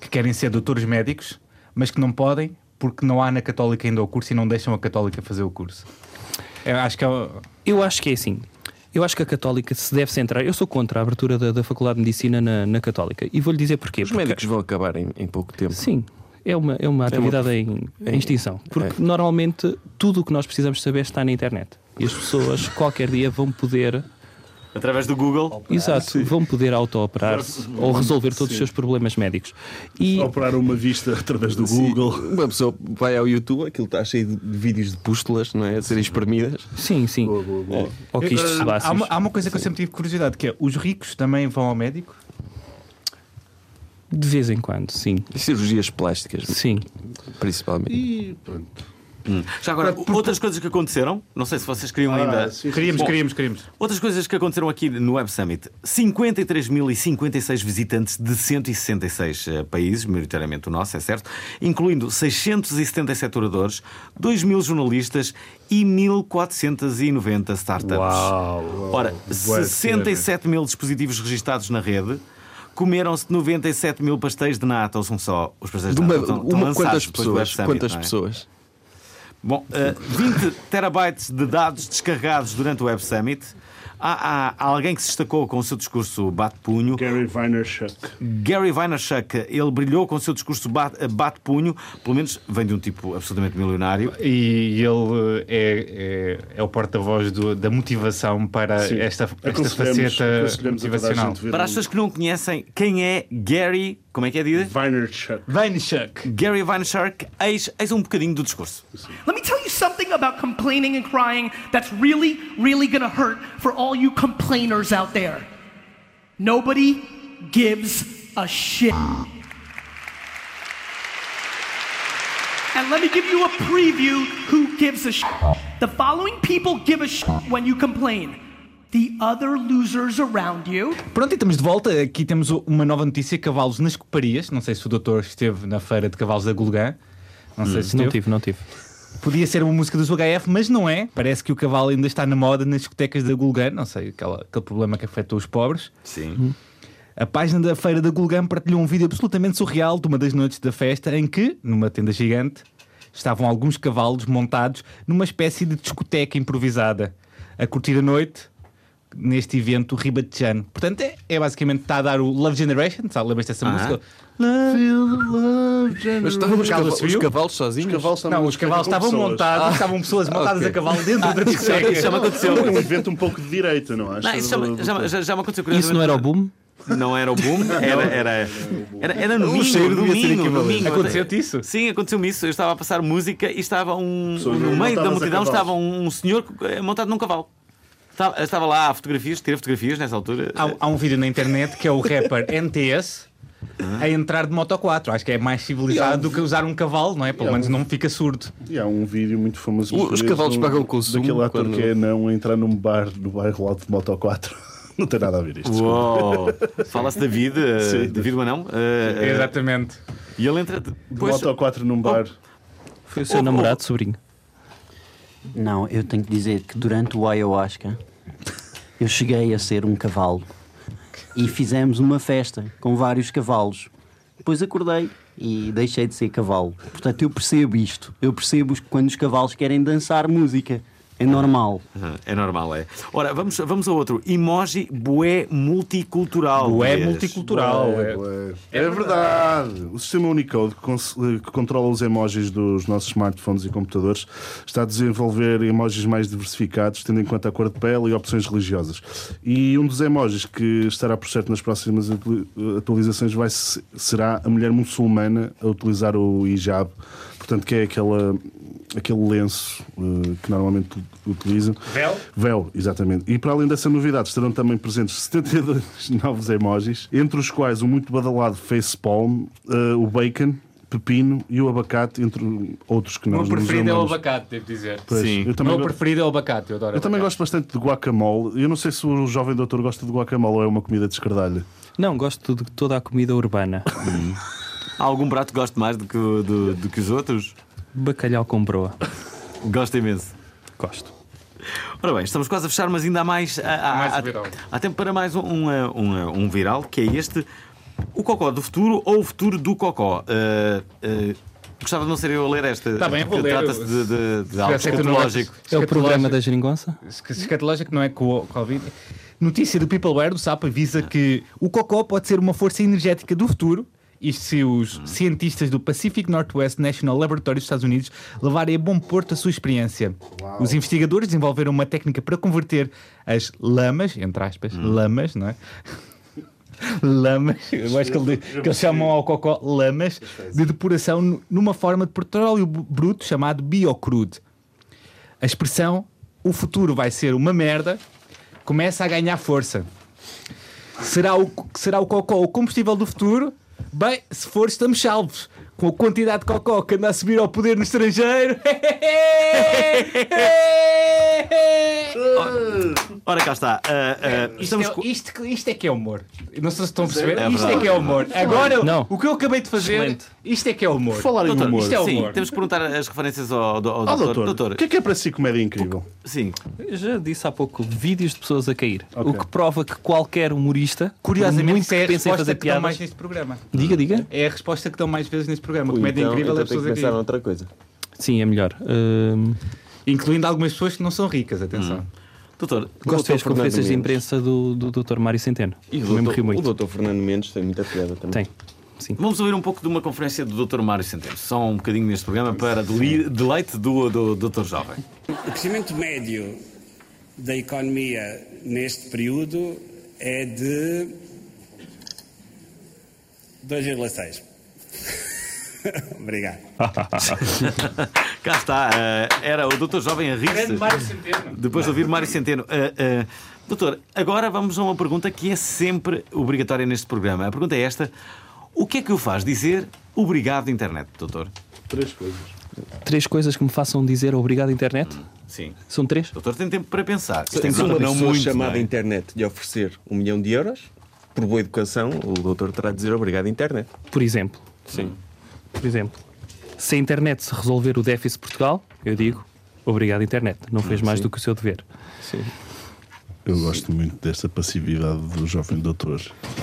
[SPEAKER 2] que querem ser doutores médicos, mas que não podem porque não há na Católica ainda o curso e não deixam a Católica fazer o curso? Eu acho que é o-
[SPEAKER 5] Eu acho que é assim. Eu acho que a Católica se deve centrar. Eu sou contra a abertura da, da Faculdade de Medicina na, na Católica. E vou-lhe dizer porquê.
[SPEAKER 6] Os médicos vão acabar em, em pouco tempo.
[SPEAKER 5] Sim, é uma,
[SPEAKER 3] É.
[SPEAKER 5] é uma atividade em, em extinção. Porque normalmente tudo o que nós precisamos saber está na internet.
[SPEAKER 9] E as pessoas qualquer dia vão poder
[SPEAKER 1] Através do Google.
[SPEAKER 9] Exato, vão poder auto-operar-se ou resolver todos os seus problemas médicos. E
[SPEAKER 3] Operar uma vista através do Google.
[SPEAKER 6] Uma pessoa vai ao YouTube, aquilo está cheio de vídeos de pústulas, não é? A serem espremidas.
[SPEAKER 9] sim, sim, É,
[SPEAKER 3] Boa, boa, boa.
[SPEAKER 9] ou quistes
[SPEAKER 2] Há- Eh, Há,
[SPEAKER 9] sebáceos.
[SPEAKER 2] uma, há uma coisa que eu sempre tive curiosidade, que é os ricos também vão ao médico?
[SPEAKER 9] De vez em quando, sim.
[SPEAKER 6] E cirurgias plásticas,
[SPEAKER 9] Sim.
[SPEAKER 6] principalmente.
[SPEAKER 3] E pronto.
[SPEAKER 1] Já agora, outras coisas que aconteceram, não sei se vocês
[SPEAKER 6] Ah,
[SPEAKER 1] queriam ainda.
[SPEAKER 3] sim,
[SPEAKER 2] Queríamos,
[SPEAKER 1] Bom,
[SPEAKER 2] queríamos, queríamos.
[SPEAKER 1] Outras coisas que aconteceram aqui no Web Summit: 53.056 visitantes de 166 eh, países, maioritariamente o nosso, é certo, incluindo 677 oradores, 2.000 jornalistas e 1.490 startups. Ora,
[SPEAKER 3] Boa
[SPEAKER 1] 67 mil dispositivos registados na rede. Comeram-se 97 mil pastéis de nata, ou são só os pastéis
[SPEAKER 6] De
[SPEAKER 1] de,
[SPEAKER 6] uma,
[SPEAKER 1] nata? estão- estão
[SPEAKER 6] uma-
[SPEAKER 1] lançados
[SPEAKER 6] quantas
[SPEAKER 1] depois do Web
[SPEAKER 6] pessoas?
[SPEAKER 1] Summit,
[SPEAKER 6] Quantas
[SPEAKER 1] não é?
[SPEAKER 6] pessoas?
[SPEAKER 1] Bom, eh, 20 terabytes de dados descarregados durante o Web Summit. Há, há alguém que se destacou com o seu discurso bate-punho.
[SPEAKER 3] Gary Vaynerchuk.
[SPEAKER 1] Gary Vaynerchuk, ele brilhou com o seu discurso bate- bate-punho. Pelo menos vem de um tipo absolutamente milionário.
[SPEAKER 2] E ele eh, é, é, é o porta-voz do- da motivação para
[SPEAKER 3] Sim.
[SPEAKER 2] esta, esta
[SPEAKER 3] Aconselhamos-
[SPEAKER 2] faceta
[SPEAKER 3] aconselhamos a toda a
[SPEAKER 2] motivacional.
[SPEAKER 3] gente ver
[SPEAKER 1] Para
[SPEAKER 3] o
[SPEAKER 1] as pessoas que não conhecem, quem é Gary... Como é que é dita?
[SPEAKER 3] um Vaynerchuk.
[SPEAKER 2] Vaynerchuk.
[SPEAKER 1] Gary Vaynerchuk, eis, eis um bocadinho do discurso.
[SPEAKER 11] Let me tell you something about complaining and crying that's really, really gonna hurt for all you complainers out there. Nobody gives a shit. And let me give you a preview who gives a shit. The following people give a shit when you complain the other losers around you.
[SPEAKER 2] Pronto, e estamos de volta. Aqui temos o- uma nova notícia: cavalos nas coparias. Não sei se o doutor esteve na feira de cavalos da Gulgã. Hum. Não sei se
[SPEAKER 9] Não
[SPEAKER 2] esteve.
[SPEAKER 9] tive, não tive.
[SPEAKER 2] Podia ser uma música dos UHF, mas não é. Parece que o cavalo ainda está na moda nas discotecas da Gulgan. Não sei, aquela- aquele problema que afetou os pobres.
[SPEAKER 1] Sim.
[SPEAKER 2] A página da feira da Gulgan partilhou um vídeo absolutamente surreal de uma das noites da festa em que, numa tenda gigante, estavam alguns cavalos montados numa espécie de discoteca improvisada a curtir a noite neste evento ribatejano. Portanto, é, é basicamente está a dar o Love Generation, sabe? Lembras dessa música? Love
[SPEAKER 6] Mas estavam os,
[SPEAKER 2] Carlos
[SPEAKER 6] cava- os
[SPEAKER 2] viu?
[SPEAKER 6] cavalos sozinhos?
[SPEAKER 3] Cavalos também
[SPEAKER 2] Não,
[SPEAKER 3] não
[SPEAKER 2] os cavalos
[SPEAKER 3] despedem
[SPEAKER 2] estavam
[SPEAKER 3] com pessoas.
[SPEAKER 2] montados, estavam pessoas montadas
[SPEAKER 6] ok.
[SPEAKER 2] a cavalo dentro da discoteca.
[SPEAKER 1] Isso já me aconteceu.
[SPEAKER 3] Um evento um pouco de direita, não achas?
[SPEAKER 1] Não, isso é já, me- já me- já- já me aconteceu
[SPEAKER 9] Isso não era o
[SPEAKER 1] curiosamente.
[SPEAKER 9] boom?
[SPEAKER 1] Não era o boom, era, era, era, era no
[SPEAKER 6] O
[SPEAKER 1] domingo,
[SPEAKER 6] cheiro devia ser
[SPEAKER 1] domingo,
[SPEAKER 6] equivalente.
[SPEAKER 1] domingo.
[SPEAKER 2] Aconteceu-te isso?
[SPEAKER 1] Sim, aconteceu-me isso. Eu estava a passar música e estava um.
[SPEAKER 3] Pessoas
[SPEAKER 1] No meio da
[SPEAKER 3] montadas a
[SPEAKER 1] multidão
[SPEAKER 3] cavalos.
[SPEAKER 1] estava um senhor eh, montado num cavalo. Estava, estava lá a fotografias, tirei fotografias nessa altura.
[SPEAKER 2] Há, há um vídeo na internet que é o rapper NTS a entrar de moto 4. Acho que é mais civilizado do que usar um cavalo, não é? Pelo menos não fica surdo.
[SPEAKER 3] E há um vídeo muito famoso.
[SPEAKER 6] Os
[SPEAKER 3] uma vez,
[SPEAKER 6] cavalos
[SPEAKER 3] do-
[SPEAKER 6] pagam consumo
[SPEAKER 3] Daquele ator
[SPEAKER 6] quando-
[SPEAKER 3] que é não a entrar num bar no bairro alto de Moto 4. [laughs] Não tem nada a ver isto.
[SPEAKER 1] Uou! Fala-se David, eh,
[SPEAKER 3] Sim.
[SPEAKER 1] David Manão. eh, eh,
[SPEAKER 2] É. Exatamente.
[SPEAKER 1] E ele entra. Depois,
[SPEAKER 3] Moto 4 num bar.
[SPEAKER 9] Foi
[SPEAKER 2] Oh,
[SPEAKER 9] o seu namorado, sobrinho.
[SPEAKER 7] Não, eu tenho que dizer que durante o ayahuasca eu cheguei a ser um cavalo e fizemos uma festa com vários cavalos. Depois acordei e deixei de ser cavalo. Portanto, eu percebo isto. Eu percebo os- quando os cavalos querem dançar música. É normal.
[SPEAKER 1] Ah, É normal, é. Ora, vamos, vamos a outro. Emoji bué multicultural.
[SPEAKER 2] Bué
[SPEAKER 1] Dias.
[SPEAKER 2] multicultural. é.
[SPEAKER 3] É, verdade. O sistema Unicode que, cons- que controla os emojis dos nossos smartphones e computadores está a desenvolver emojis mais diversificados, tendo em conta a cor de pele e opções religiosas. E um dos emojis que estará por certo nas próximas atu- atualizações vai se- será a mulher muçulmana a utilizar o hijab, portanto que é aquela aquele lenço eh, que normalmente utilizam. Véu? Véu, exatamente. E para além dessa novidade, estarão também presentes 72 [laughs] novos emojis, entre os quais o muito badalado facepalm, eh, o bacon, pepino e o abacate, entre outros que
[SPEAKER 2] O meu
[SPEAKER 3] nós não
[SPEAKER 2] preferido é o
[SPEAKER 3] usamos.
[SPEAKER 2] abacate, devo dizer.
[SPEAKER 3] Pois,
[SPEAKER 1] Sim.
[SPEAKER 3] Eu
[SPEAKER 2] O
[SPEAKER 3] também,
[SPEAKER 2] meu
[SPEAKER 3] go-
[SPEAKER 2] preferido é o abacate, eu adoro.
[SPEAKER 3] eu também
[SPEAKER 2] abacate.
[SPEAKER 3] gosto bastante de guacamole. Eu não sei se o jovem doutor gosta de guacamole ou é uma comida de escardalho.
[SPEAKER 9] Não, gosto de toda a comida urbana.
[SPEAKER 1] Há algum prato que gosto mais do que, o- do, do que os outros?
[SPEAKER 9] Bacalhau com broa. É
[SPEAKER 1] Gosto imenso.
[SPEAKER 9] Gosto.
[SPEAKER 1] Ora bem, estamos quase a fechar, mas ainda há mais. Há, há-
[SPEAKER 2] Mais um
[SPEAKER 1] há-
[SPEAKER 2] viral.
[SPEAKER 1] há tempo para mais um, um, eh, um, eh, um viral, que é este: O Cocó do Futuro ou o Futuro do Cocó. Eh, eh, gostava de não ser eu a ler esta.
[SPEAKER 2] Tá bem, vou
[SPEAKER 1] porque
[SPEAKER 2] ler.
[SPEAKER 1] Trata-se de, de, de algo
[SPEAKER 2] Espero que tu não gostes.
[SPEAKER 9] É
[SPEAKER 1] escatológico.
[SPEAKER 9] o programa
[SPEAKER 2] Escatológico.
[SPEAKER 9] da geringonça?
[SPEAKER 2] escatológico, não é com o Covid. Notícia do Peopleware do SAP avisa que o cocó pode ser uma força energética do futuro e se os cientistas do Pacific Northwest National Laboratory dos Estados Unidos levarem a bom porto a sua experiência. Os investigadores desenvolveram uma técnica para converter as lamas, entre aspas, lamas, não é? Lamas, eu acho que, ele- que eles chamam ao cocó lamas de depuração nu- numa forma de petróleo bu- bruto chamado biocrude. A expressão o futuro vai ser uma merda começa a ganhar força. Será o, será o cocó o combustível do futuro? Bem, se for, estamos salvos. Com a quantidade de cocó que anda a subir ao poder no estrangeiro.
[SPEAKER 1] Ora, cá está. Ah, ah,
[SPEAKER 2] Isto
[SPEAKER 1] estamos
[SPEAKER 2] é,
[SPEAKER 1] co-
[SPEAKER 2] isto, isto é que é humor. Não sei se estão a perceber.
[SPEAKER 1] É
[SPEAKER 2] isto é
[SPEAKER 1] verdade.
[SPEAKER 2] que é humor. Agora,
[SPEAKER 5] Não.
[SPEAKER 2] o que eu acabei de fazer, isto é que é humor.
[SPEAKER 3] Falar em
[SPEAKER 1] Doutor,
[SPEAKER 3] humor.
[SPEAKER 2] isto é
[SPEAKER 1] sim,
[SPEAKER 2] humor.
[SPEAKER 1] temos que perguntar as referências ao, do- ao
[SPEAKER 3] Ó,
[SPEAKER 1] doutor.
[SPEAKER 3] doutor, o que é que é para si comédia incrível?
[SPEAKER 1] Sim,
[SPEAKER 5] Eu já disse há pouco vídeos de pessoas a cair. O que prova que qualquer humorista, por
[SPEAKER 2] Curiosamente,
[SPEAKER 5] muito
[SPEAKER 2] isso é a
[SPEAKER 5] que pense em
[SPEAKER 2] resposta
[SPEAKER 5] fazer
[SPEAKER 2] que dão mais
[SPEAKER 5] piadas.
[SPEAKER 2] neste programa.
[SPEAKER 5] Diga, diga.
[SPEAKER 2] É a resposta que dão mais vezes neste programa.
[SPEAKER 6] Ui,
[SPEAKER 2] Comédia
[SPEAKER 6] então-
[SPEAKER 2] incrível,
[SPEAKER 6] então
[SPEAKER 2] as
[SPEAKER 6] tenho que
[SPEAKER 2] pessoas
[SPEAKER 6] pensar
[SPEAKER 2] aqui.
[SPEAKER 6] noutra coisa.
[SPEAKER 5] Sim, é melhor. Hum,
[SPEAKER 2] Incluindo algumas pessoas que não são ricas, atenção.
[SPEAKER 1] doutor.
[SPEAKER 5] gosto das
[SPEAKER 6] Fernando
[SPEAKER 5] conferências de
[SPEAKER 6] Mendes.
[SPEAKER 5] imprensa do, do Dr. Mário Centeno.
[SPEAKER 6] E
[SPEAKER 5] Também
[SPEAKER 6] o
[SPEAKER 5] me
[SPEAKER 6] doutor,
[SPEAKER 5] rio
[SPEAKER 6] o
[SPEAKER 5] muito.
[SPEAKER 6] doutor Fernando Mendes tem muita piada também.
[SPEAKER 5] Tem. Sim.
[SPEAKER 1] Vamos ouvir um pouco de uma conferência do Dr. Mário Centeno. Só um bocadinho neste programa para deli- deleite do, do Dr. Jovem. [laughs]
[SPEAKER 11] O crescimento médio da economia neste período é de 2,6. [laughs] Obrigado.
[SPEAKER 1] Cá está. ah, era o Dr. Jovem a rir-se. Depois de ouvir Mário Centeno. Ah, ah, doutor, agora vamos a uma pergunta que é sempre obrigatória neste programa. A pergunta é esta. O que é que o faz dizer obrigado internet, doutor?
[SPEAKER 3] Três coisas.
[SPEAKER 5] Três coisas que me façam dizer obrigado, internet.
[SPEAKER 1] Sim.
[SPEAKER 5] São três?
[SPEAKER 1] Doutor tem tempo para pensar.
[SPEAKER 6] Se
[SPEAKER 1] Tem
[SPEAKER 6] se uma
[SPEAKER 1] tempo
[SPEAKER 6] pessoa
[SPEAKER 1] muito,
[SPEAKER 6] chamada
[SPEAKER 1] não é?
[SPEAKER 6] internet de oferecer um milhão de euros, por boa educação, o doutor terá de dizer obrigado internet.
[SPEAKER 5] Por exemplo.
[SPEAKER 6] Sim.
[SPEAKER 5] Por exemplo. Se a internet se resolver o déficit de Portugal, eu digo obrigado, internet. Não fez mais do que o seu dever.
[SPEAKER 3] Eu gosto muito desta passividade do jovem doutor.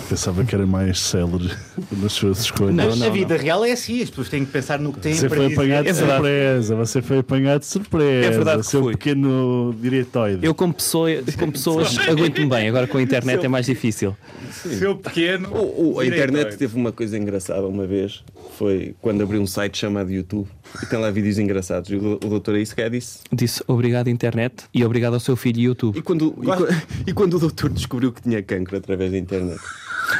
[SPEAKER 3] Pensava que era mais célere [laughs] nas suas escolhas.
[SPEAKER 2] Mas a vida real é assim, as pessoas têm que pensar no que têm
[SPEAKER 3] Você
[SPEAKER 2] para
[SPEAKER 3] foi
[SPEAKER 2] dizer.
[SPEAKER 3] apanhado de surpresa, você foi apanhado de surpresa.
[SPEAKER 5] É verdade que
[SPEAKER 3] seu
[SPEAKER 5] fui.
[SPEAKER 3] pequeno diretoide.
[SPEAKER 5] Eu, como, pessoa, como pessoas, aguento-me bem. Agora com a internet é mais difícil.
[SPEAKER 2] Seu pequeno.
[SPEAKER 6] O- o- a internet teve uma coisa engraçada uma vez, foi quando abriu um site chamado YouTube e tem lá vídeos engraçados. E o, o doutor aí sequer disse.
[SPEAKER 5] Disse obrigado, internet, e obrigado ao seu filho, YouTube.
[SPEAKER 6] E quando, e, quan- e quando o doutor descobriu que tinha cancro através da internet?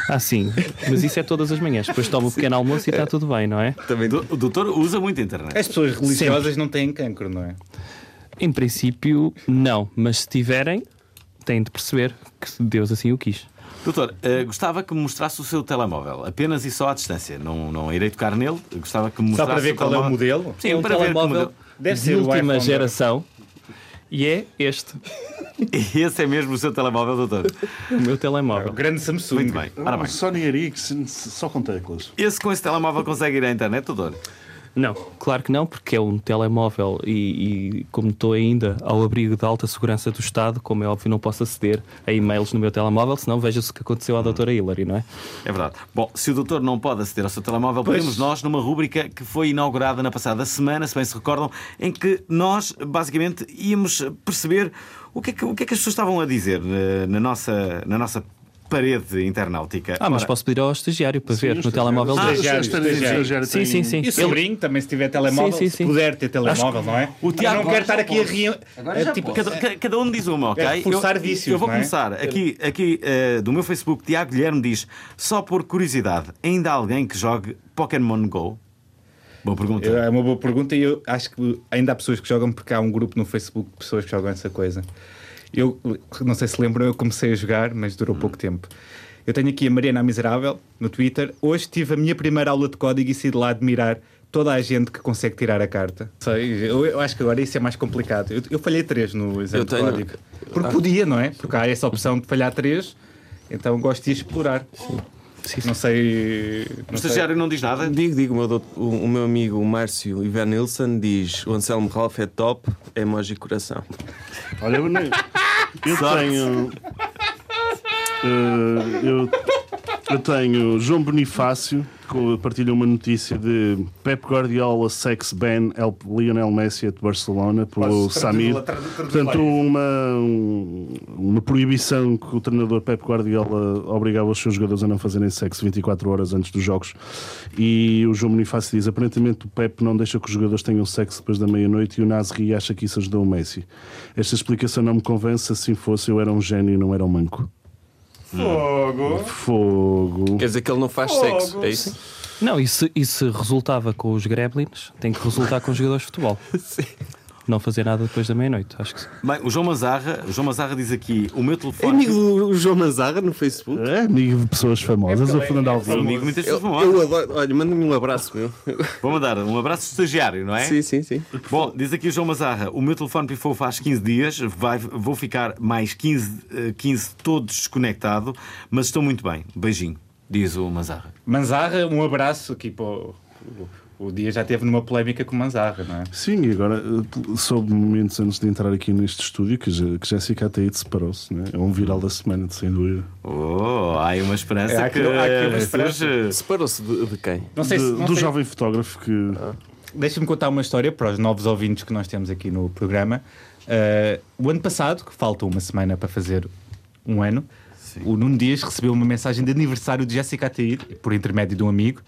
[SPEAKER 5] Ah, sim. Mas isso é todas as manhãs. Depois toma um pequeno almoço e está tudo bem, não é?
[SPEAKER 6] Também
[SPEAKER 1] Do- O doutor usa muito a internet.
[SPEAKER 2] As pessoas religiosas não têm cancro, não é?
[SPEAKER 5] Em princípio, não. Mas se tiverem, têm de perceber que Deus assim o quis.
[SPEAKER 1] Doutor, eh, gostava que me mostrasse o seu telemóvel, apenas e só à distância. Não, não irei tocar nele, Eu gostava que me
[SPEAKER 2] Só
[SPEAKER 1] mostrasse.
[SPEAKER 2] para ver
[SPEAKER 1] o
[SPEAKER 2] qual é o
[SPEAKER 1] telemóvel.
[SPEAKER 2] modelo.
[SPEAKER 1] Sim,
[SPEAKER 5] é um
[SPEAKER 1] para ver que
[SPEAKER 5] telemóvel
[SPEAKER 1] modelo. [laughs]
[SPEAKER 2] Deve
[SPEAKER 5] de
[SPEAKER 2] ser o
[SPEAKER 5] última
[SPEAKER 2] iPhone, é?
[SPEAKER 5] geração. E é este,
[SPEAKER 1] Esse é mesmo o seu telemóvel, doutor.
[SPEAKER 5] o meu telemóvel.
[SPEAKER 2] É O grande Samsung.
[SPEAKER 1] Muito bem. Ora
[SPEAKER 3] Um
[SPEAKER 1] bem.
[SPEAKER 3] Sony Ericsson, só com teclas.
[SPEAKER 1] Esse com esse telemóvel consegue ir à internet, doutor?
[SPEAKER 5] Não, claro que não, porque é um telemóvel e, e como estou ainda ao abrigo da alta segurança do Estado, como é óbvio, não posso aceder a e-mails no meu telemóvel, senão veja-se o que aconteceu à doutora Hillary, não é?
[SPEAKER 1] É verdade. Bom, se o doutor não pode aceder ao seu telemóvel, podemos nós numa rúbrica que foi inaugurada na passada semana, se bem se recordam, em que nós, basicamente, íamos perceber o que é que, o que, é que as pessoas estavam a dizer eh, na nossa, na nossa parede internautica.
[SPEAKER 5] Ah, mas
[SPEAKER 1] Ora,
[SPEAKER 5] posso pedir ao estagiário para ver no telemóvel
[SPEAKER 3] Ah,
[SPEAKER 5] dele.
[SPEAKER 2] estagiário.
[SPEAKER 3] o estagiário
[SPEAKER 5] Sim,
[SPEAKER 3] tem-
[SPEAKER 5] sim, sim.
[SPEAKER 2] E o sobrinho também, se tiver telemóvel,
[SPEAKER 5] Sim, sim, sim.
[SPEAKER 2] se puder ter telemóvel, não é? O
[SPEAKER 1] Tiago
[SPEAKER 2] não quer estar aqui a rir. Agora já tipo,
[SPEAKER 1] Cada, ca- cada um diz uma, ok?
[SPEAKER 2] É reforçar
[SPEAKER 1] eu,
[SPEAKER 2] vícios,
[SPEAKER 1] eu vou
[SPEAKER 2] não é?
[SPEAKER 1] começar. Aqui, aqui eh, do meu Facebook, Tiago Guilherme diz: só por curiosidade, ainda há alguém que jogue Pokémon Go? Boa pergunta.
[SPEAKER 2] É uma boa pergunta e eu acho que ainda há pessoas que jogam porque há um grupo no Facebook de pessoas que jogam essa coisa. Eu não sei se lembram, eu comecei a jogar, mas durou pouco tempo. Eu tenho aqui a Mariana Miserável no Twitter. Hoje tive a minha primeira aula de código e saí de lá admirar toda a gente que consegue tirar a carta. Sei, eu, eu acho que agora isso é mais complicado. Eu, eu falhei três no exame
[SPEAKER 6] Eu
[SPEAKER 2] de
[SPEAKER 6] tenho- Ah.
[SPEAKER 2] código. Porque podia, não é? Porque há essa opção de falhar três, então gosto de explorar.
[SPEAKER 1] o
[SPEAKER 2] Não sei. Não sei.
[SPEAKER 1] estagiário não diz nada?
[SPEAKER 6] Digo, digo, o meu, dout- o, o meu amigo o Márcio Ivan Nilsson diz: o Anselmo Ralph é top, emoji coração.
[SPEAKER 3] Olha, eu,
[SPEAKER 5] [laughs]
[SPEAKER 3] nem- eu tenho. eh, eu, Eu tenho João Bonifácio, que partilha uma notícia de Pep Guardiola sex ban help Lionel Messi at Barcelona pelo
[SPEAKER 12] Posso
[SPEAKER 3] Samir.
[SPEAKER 12] traduzir-la, traduzir-la.
[SPEAKER 3] Portanto, uma, um- uma proibição que o treinador Pep Guardiola obrigava os seus jogadores a não fazerem sexo 24 horas antes dos jogos. E o João Bonifácio diz: aparentemente o Pep não deixa que os jogadores tenham sexo depois da meia-noite e o Nasri acha que isso ajudou o Messi. Esta explicação não me convence, assim fosse, eu era um gênio e não era um manco.
[SPEAKER 12] Fogo.
[SPEAKER 3] Fogo.
[SPEAKER 6] Quer dizer que ele não faz
[SPEAKER 12] Fogo.
[SPEAKER 6] sexo, é isso?
[SPEAKER 9] Não, isso, isso resultava com os gremlins, tem que resultar com os jogadores de futebol. Não fazer nada depois da meia-noite, acho que sim.
[SPEAKER 1] Bem, o João Mazarra, o João Mazarra diz aqui: o meu
[SPEAKER 6] É
[SPEAKER 1] telefone.
[SPEAKER 6] amigo do João Manzarra no Facebook?
[SPEAKER 3] É amigo de pessoas famosas, o Fernando
[SPEAKER 1] Eu
[SPEAKER 3] Alvim.
[SPEAKER 1] amigo muitas
[SPEAKER 6] Eu,
[SPEAKER 1] pessoas famosas.
[SPEAKER 6] eu adoro. Olha, manda-me um abraço, meu.
[SPEAKER 1] Vou mandar um abraço de estagiário, não é?
[SPEAKER 6] Sim, sim, sim.
[SPEAKER 1] Bom, diz aqui o João Mazarra: o meu telefone pifou faz 15 dias, vai- vou ficar mais 15, eh, 15 todo desconectado, mas estou muito bem. Beijinho, diz o Mazarra.
[SPEAKER 2] Manzarra, um abraço aqui para o, o, o dia já teve numa polémica com Manzarra, não é?
[SPEAKER 3] Sim, e agora eh, soube momentos antes de entrar aqui neste estúdio que, Je- que Jessica Ataíde separou-se, né? é um viral da semana, sem dúvida.
[SPEAKER 1] Oh, há aí uma esperança
[SPEAKER 2] É, há aqui-
[SPEAKER 1] que.
[SPEAKER 2] há aqui uma
[SPEAKER 1] eh,
[SPEAKER 2] esperança.
[SPEAKER 1] surge.
[SPEAKER 6] Separou-se de, de quem?
[SPEAKER 2] Não sei
[SPEAKER 3] De-
[SPEAKER 2] se. não
[SPEAKER 3] do
[SPEAKER 2] sei-
[SPEAKER 3] jovem fotógrafo que.
[SPEAKER 2] Deixa-me contar uma história para os novos ouvintes que nós temos aqui no programa. Uh, o ano passado, que falta uma semana para fazer um ano, o Nuno Dias recebeu uma mensagem de aniversário de Jéssica Ataíde, por intermédio de um amigo,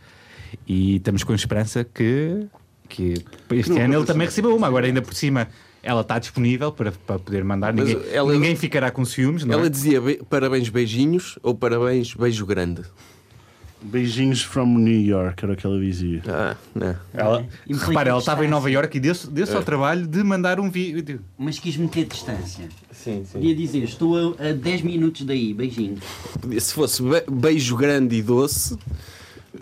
[SPEAKER 2] e estamos com esperança que, que este ano ele também receba uma. Agora, ainda por cima, ela está disponível para, para poder mandar.
[SPEAKER 6] Mas
[SPEAKER 2] Ninguém,
[SPEAKER 6] ela-
[SPEAKER 2] ninguém ficará com ciúmes, não é?
[SPEAKER 6] Ela dizia be- parabéns beijinhos ou parabéns beijo grande.
[SPEAKER 3] Beijinhos from New York, era o que ela dizia.
[SPEAKER 6] Ah, não.
[SPEAKER 2] Ela,
[SPEAKER 7] É? Implica
[SPEAKER 2] repara, ela estava em
[SPEAKER 7] distância.
[SPEAKER 2] Nova Iorque e deu-se deu ao trabalho de mandar um vídeo.
[SPEAKER 7] Mas quis meter distância.
[SPEAKER 6] Sim, sim.
[SPEAKER 7] Podia dizer, estou a, a 10 minutos daí, beijinho.
[SPEAKER 6] Se fosse be- beijo grande e doce,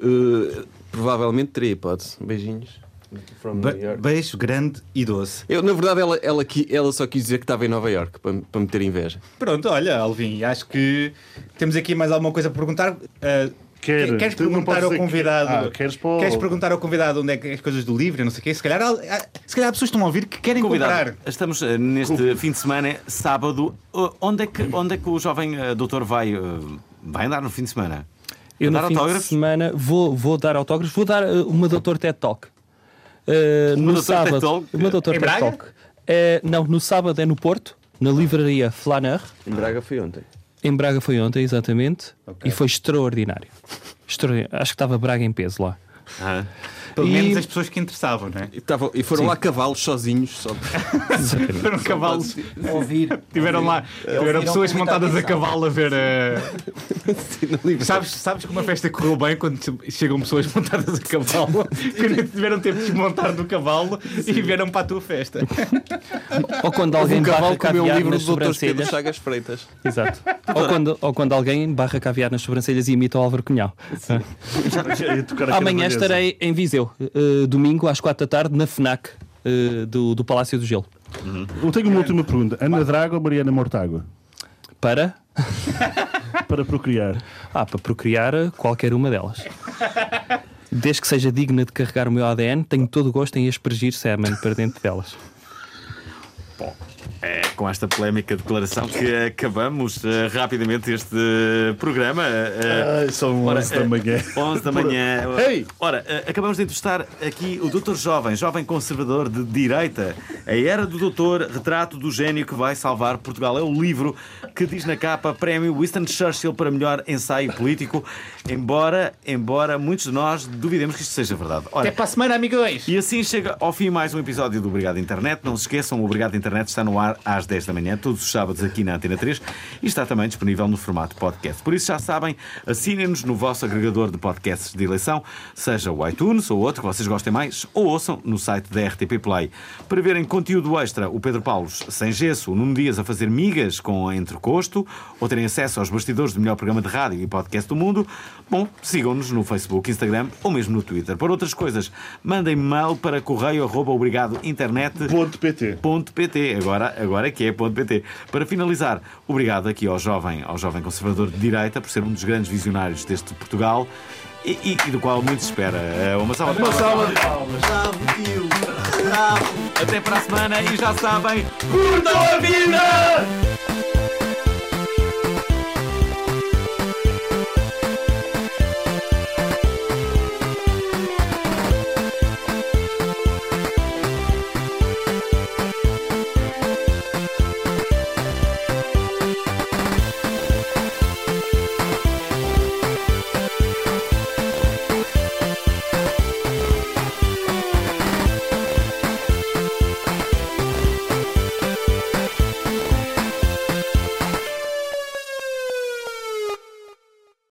[SPEAKER 6] eh, provavelmente teria hipótese. Beijinhos. From
[SPEAKER 2] Be-
[SPEAKER 6] New York.
[SPEAKER 2] beijo grande e doce.
[SPEAKER 6] Eu, na verdade, ela, ela, qui- ela só quis dizer que estava em Nova York para, me- para me ter inveja.
[SPEAKER 2] Pronto, olha, Alvin, acho que temos aqui mais alguma coisa a perguntar. Ah,
[SPEAKER 3] Quero.
[SPEAKER 2] que- queres
[SPEAKER 3] Tu não
[SPEAKER 2] perguntar
[SPEAKER 3] podes
[SPEAKER 2] ao
[SPEAKER 3] dizer que-
[SPEAKER 2] convidado?
[SPEAKER 3] Ah, queres pôr-
[SPEAKER 2] perguntar ao convidado onde é que as coisas do livro, não sei o quê? Se calhar, há- há- se calhar há pessoas que estão a ouvir que querem
[SPEAKER 1] Convidado,
[SPEAKER 2] comprar.
[SPEAKER 1] estamos eh, neste fim de semana, sábado. O- Onde é que, onde é que o jovem eh, doutor vai, eh, vai andar no fim de semana?
[SPEAKER 9] Eu
[SPEAKER 1] andar
[SPEAKER 9] no fim de semana vou, vou dar autógrafos, vou dar uh, uma doutor TED Talk. Uh,
[SPEAKER 1] Uma
[SPEAKER 9] no
[SPEAKER 1] Dr.
[SPEAKER 9] sábado,
[SPEAKER 1] TED Talk?
[SPEAKER 9] uma doutor
[SPEAKER 2] Em
[SPEAKER 9] TED
[SPEAKER 2] Braga?
[SPEAKER 9] Talk. É, não, no sábado é no Porto, na livraria Flaner.
[SPEAKER 6] Em Braga foi ontem.
[SPEAKER 9] Em Braga foi ontem, exatamente, e foi extraordinário. Extraordinário. Acho que estava Braga em peso lá.
[SPEAKER 1] Ah.
[SPEAKER 2] Pelo
[SPEAKER 9] E-
[SPEAKER 2] menos as pessoas que interessavam, não é?
[SPEAKER 6] E, tavam- e foram lá cavalos sozinhos.
[SPEAKER 9] [laughs]
[SPEAKER 6] Só...
[SPEAKER 2] Foram cavalos.
[SPEAKER 7] Ouvir.
[SPEAKER 2] [laughs] Tiveram lá tiveram
[SPEAKER 7] Ouviram
[SPEAKER 2] pessoas
[SPEAKER 7] com muita
[SPEAKER 2] montadas a
[SPEAKER 7] atenção.
[SPEAKER 2] cavalo a ver. ah, sabes, sabes que uma festa correu bem quando se- chegam pessoas montadas a cavalo que nem tiveram tempo de desmontar do cavalo e vieram para a tua festa.
[SPEAKER 9] Ou quando alguém
[SPEAKER 6] um
[SPEAKER 9] barra
[SPEAKER 6] cavalo comeu um
[SPEAKER 9] caviar
[SPEAKER 6] livro
[SPEAKER 9] nas
[SPEAKER 6] do Dr. Pedro
[SPEAKER 9] sobrancelhas.
[SPEAKER 6] Chagas Freitas.
[SPEAKER 9] Exato. [laughs] ou, quando, ou quando alguém barra caviar nas sobrancelhas e imita o Álvaro Cunhal.
[SPEAKER 3] Ia tocar a
[SPEAKER 9] Amanhã
[SPEAKER 3] caravanesa.
[SPEAKER 9] estarei em Viseu, eh, domingo às 4 da tarde, na FNAC eh, do, do Palácio do Gelo.
[SPEAKER 3] Eu tenho uma última pergunta. Ana Drago ou Mariana Mortágua?
[SPEAKER 9] Para,
[SPEAKER 3] Para procriar.
[SPEAKER 9] ah, para procriar eh, qualquer uma delas. Desde que seja digna de carregar o meu ADN, tenho todo o gosto em aspergir semen para dentro delas.
[SPEAKER 1] É, com esta polémica declaração que acabamos eh, rapidamente este eh, programa. eh,
[SPEAKER 3] Ai, são
[SPEAKER 1] ora,
[SPEAKER 3] 11 da
[SPEAKER 1] eh,
[SPEAKER 3] manhã.
[SPEAKER 1] 11 da manhã.
[SPEAKER 3] [laughs] Ei!
[SPEAKER 1] Ora, eh, acabamos de entrevistar aqui o Doutor Jovem, jovem conservador de direita. A Era do Doutor, retrato do gênio que vai salvar Portugal. É o livro que diz na capa prémio Winston Churchill para melhor ensaio político. Embora, embora muitos de nós duvidemos que isto seja verdade. Ora,
[SPEAKER 2] Até para a semana, amigões!
[SPEAKER 1] e assim chega ao fim mais um episódio do Obrigado Internet. Não se esqueçam, o Obrigado Internet está no ar às 10 da manhã, todos os sábados aqui na Antena 3 e está também disponível no formato podcast. Por isso já sabem, assinem-nos no vosso agregador de podcasts de eleição, seja o iTunes ou outro que vocês gostem mais, ou ouçam no site da RTP Play. Para verem conteúdo extra, o Pedro Paulos sem gesso, o Nuno Dias a fazer migas com a entrecosto, ou terem acesso aos bastidores do melhor programa de rádio e podcast do mundo, bom, sigam-nos no Facebook, Instagram ou mesmo no Twitter. Para outras coisas, mandem mail para correio arroba obrigado internet
[SPEAKER 3] Ponto PT.
[SPEAKER 1] ponto PT. Agora, agora é que é ponto PT. Para finalizar, obrigado aqui ao jovem, ao jovem conservador de direita por ser um dos grandes visionários deste Portugal e, e- e do qual muito se espera. É, Uma salva de palmas.
[SPEAKER 7] Bravo, tio. Bravo.
[SPEAKER 1] Até para a semana e já sabem,
[SPEAKER 4] Curtam a vida!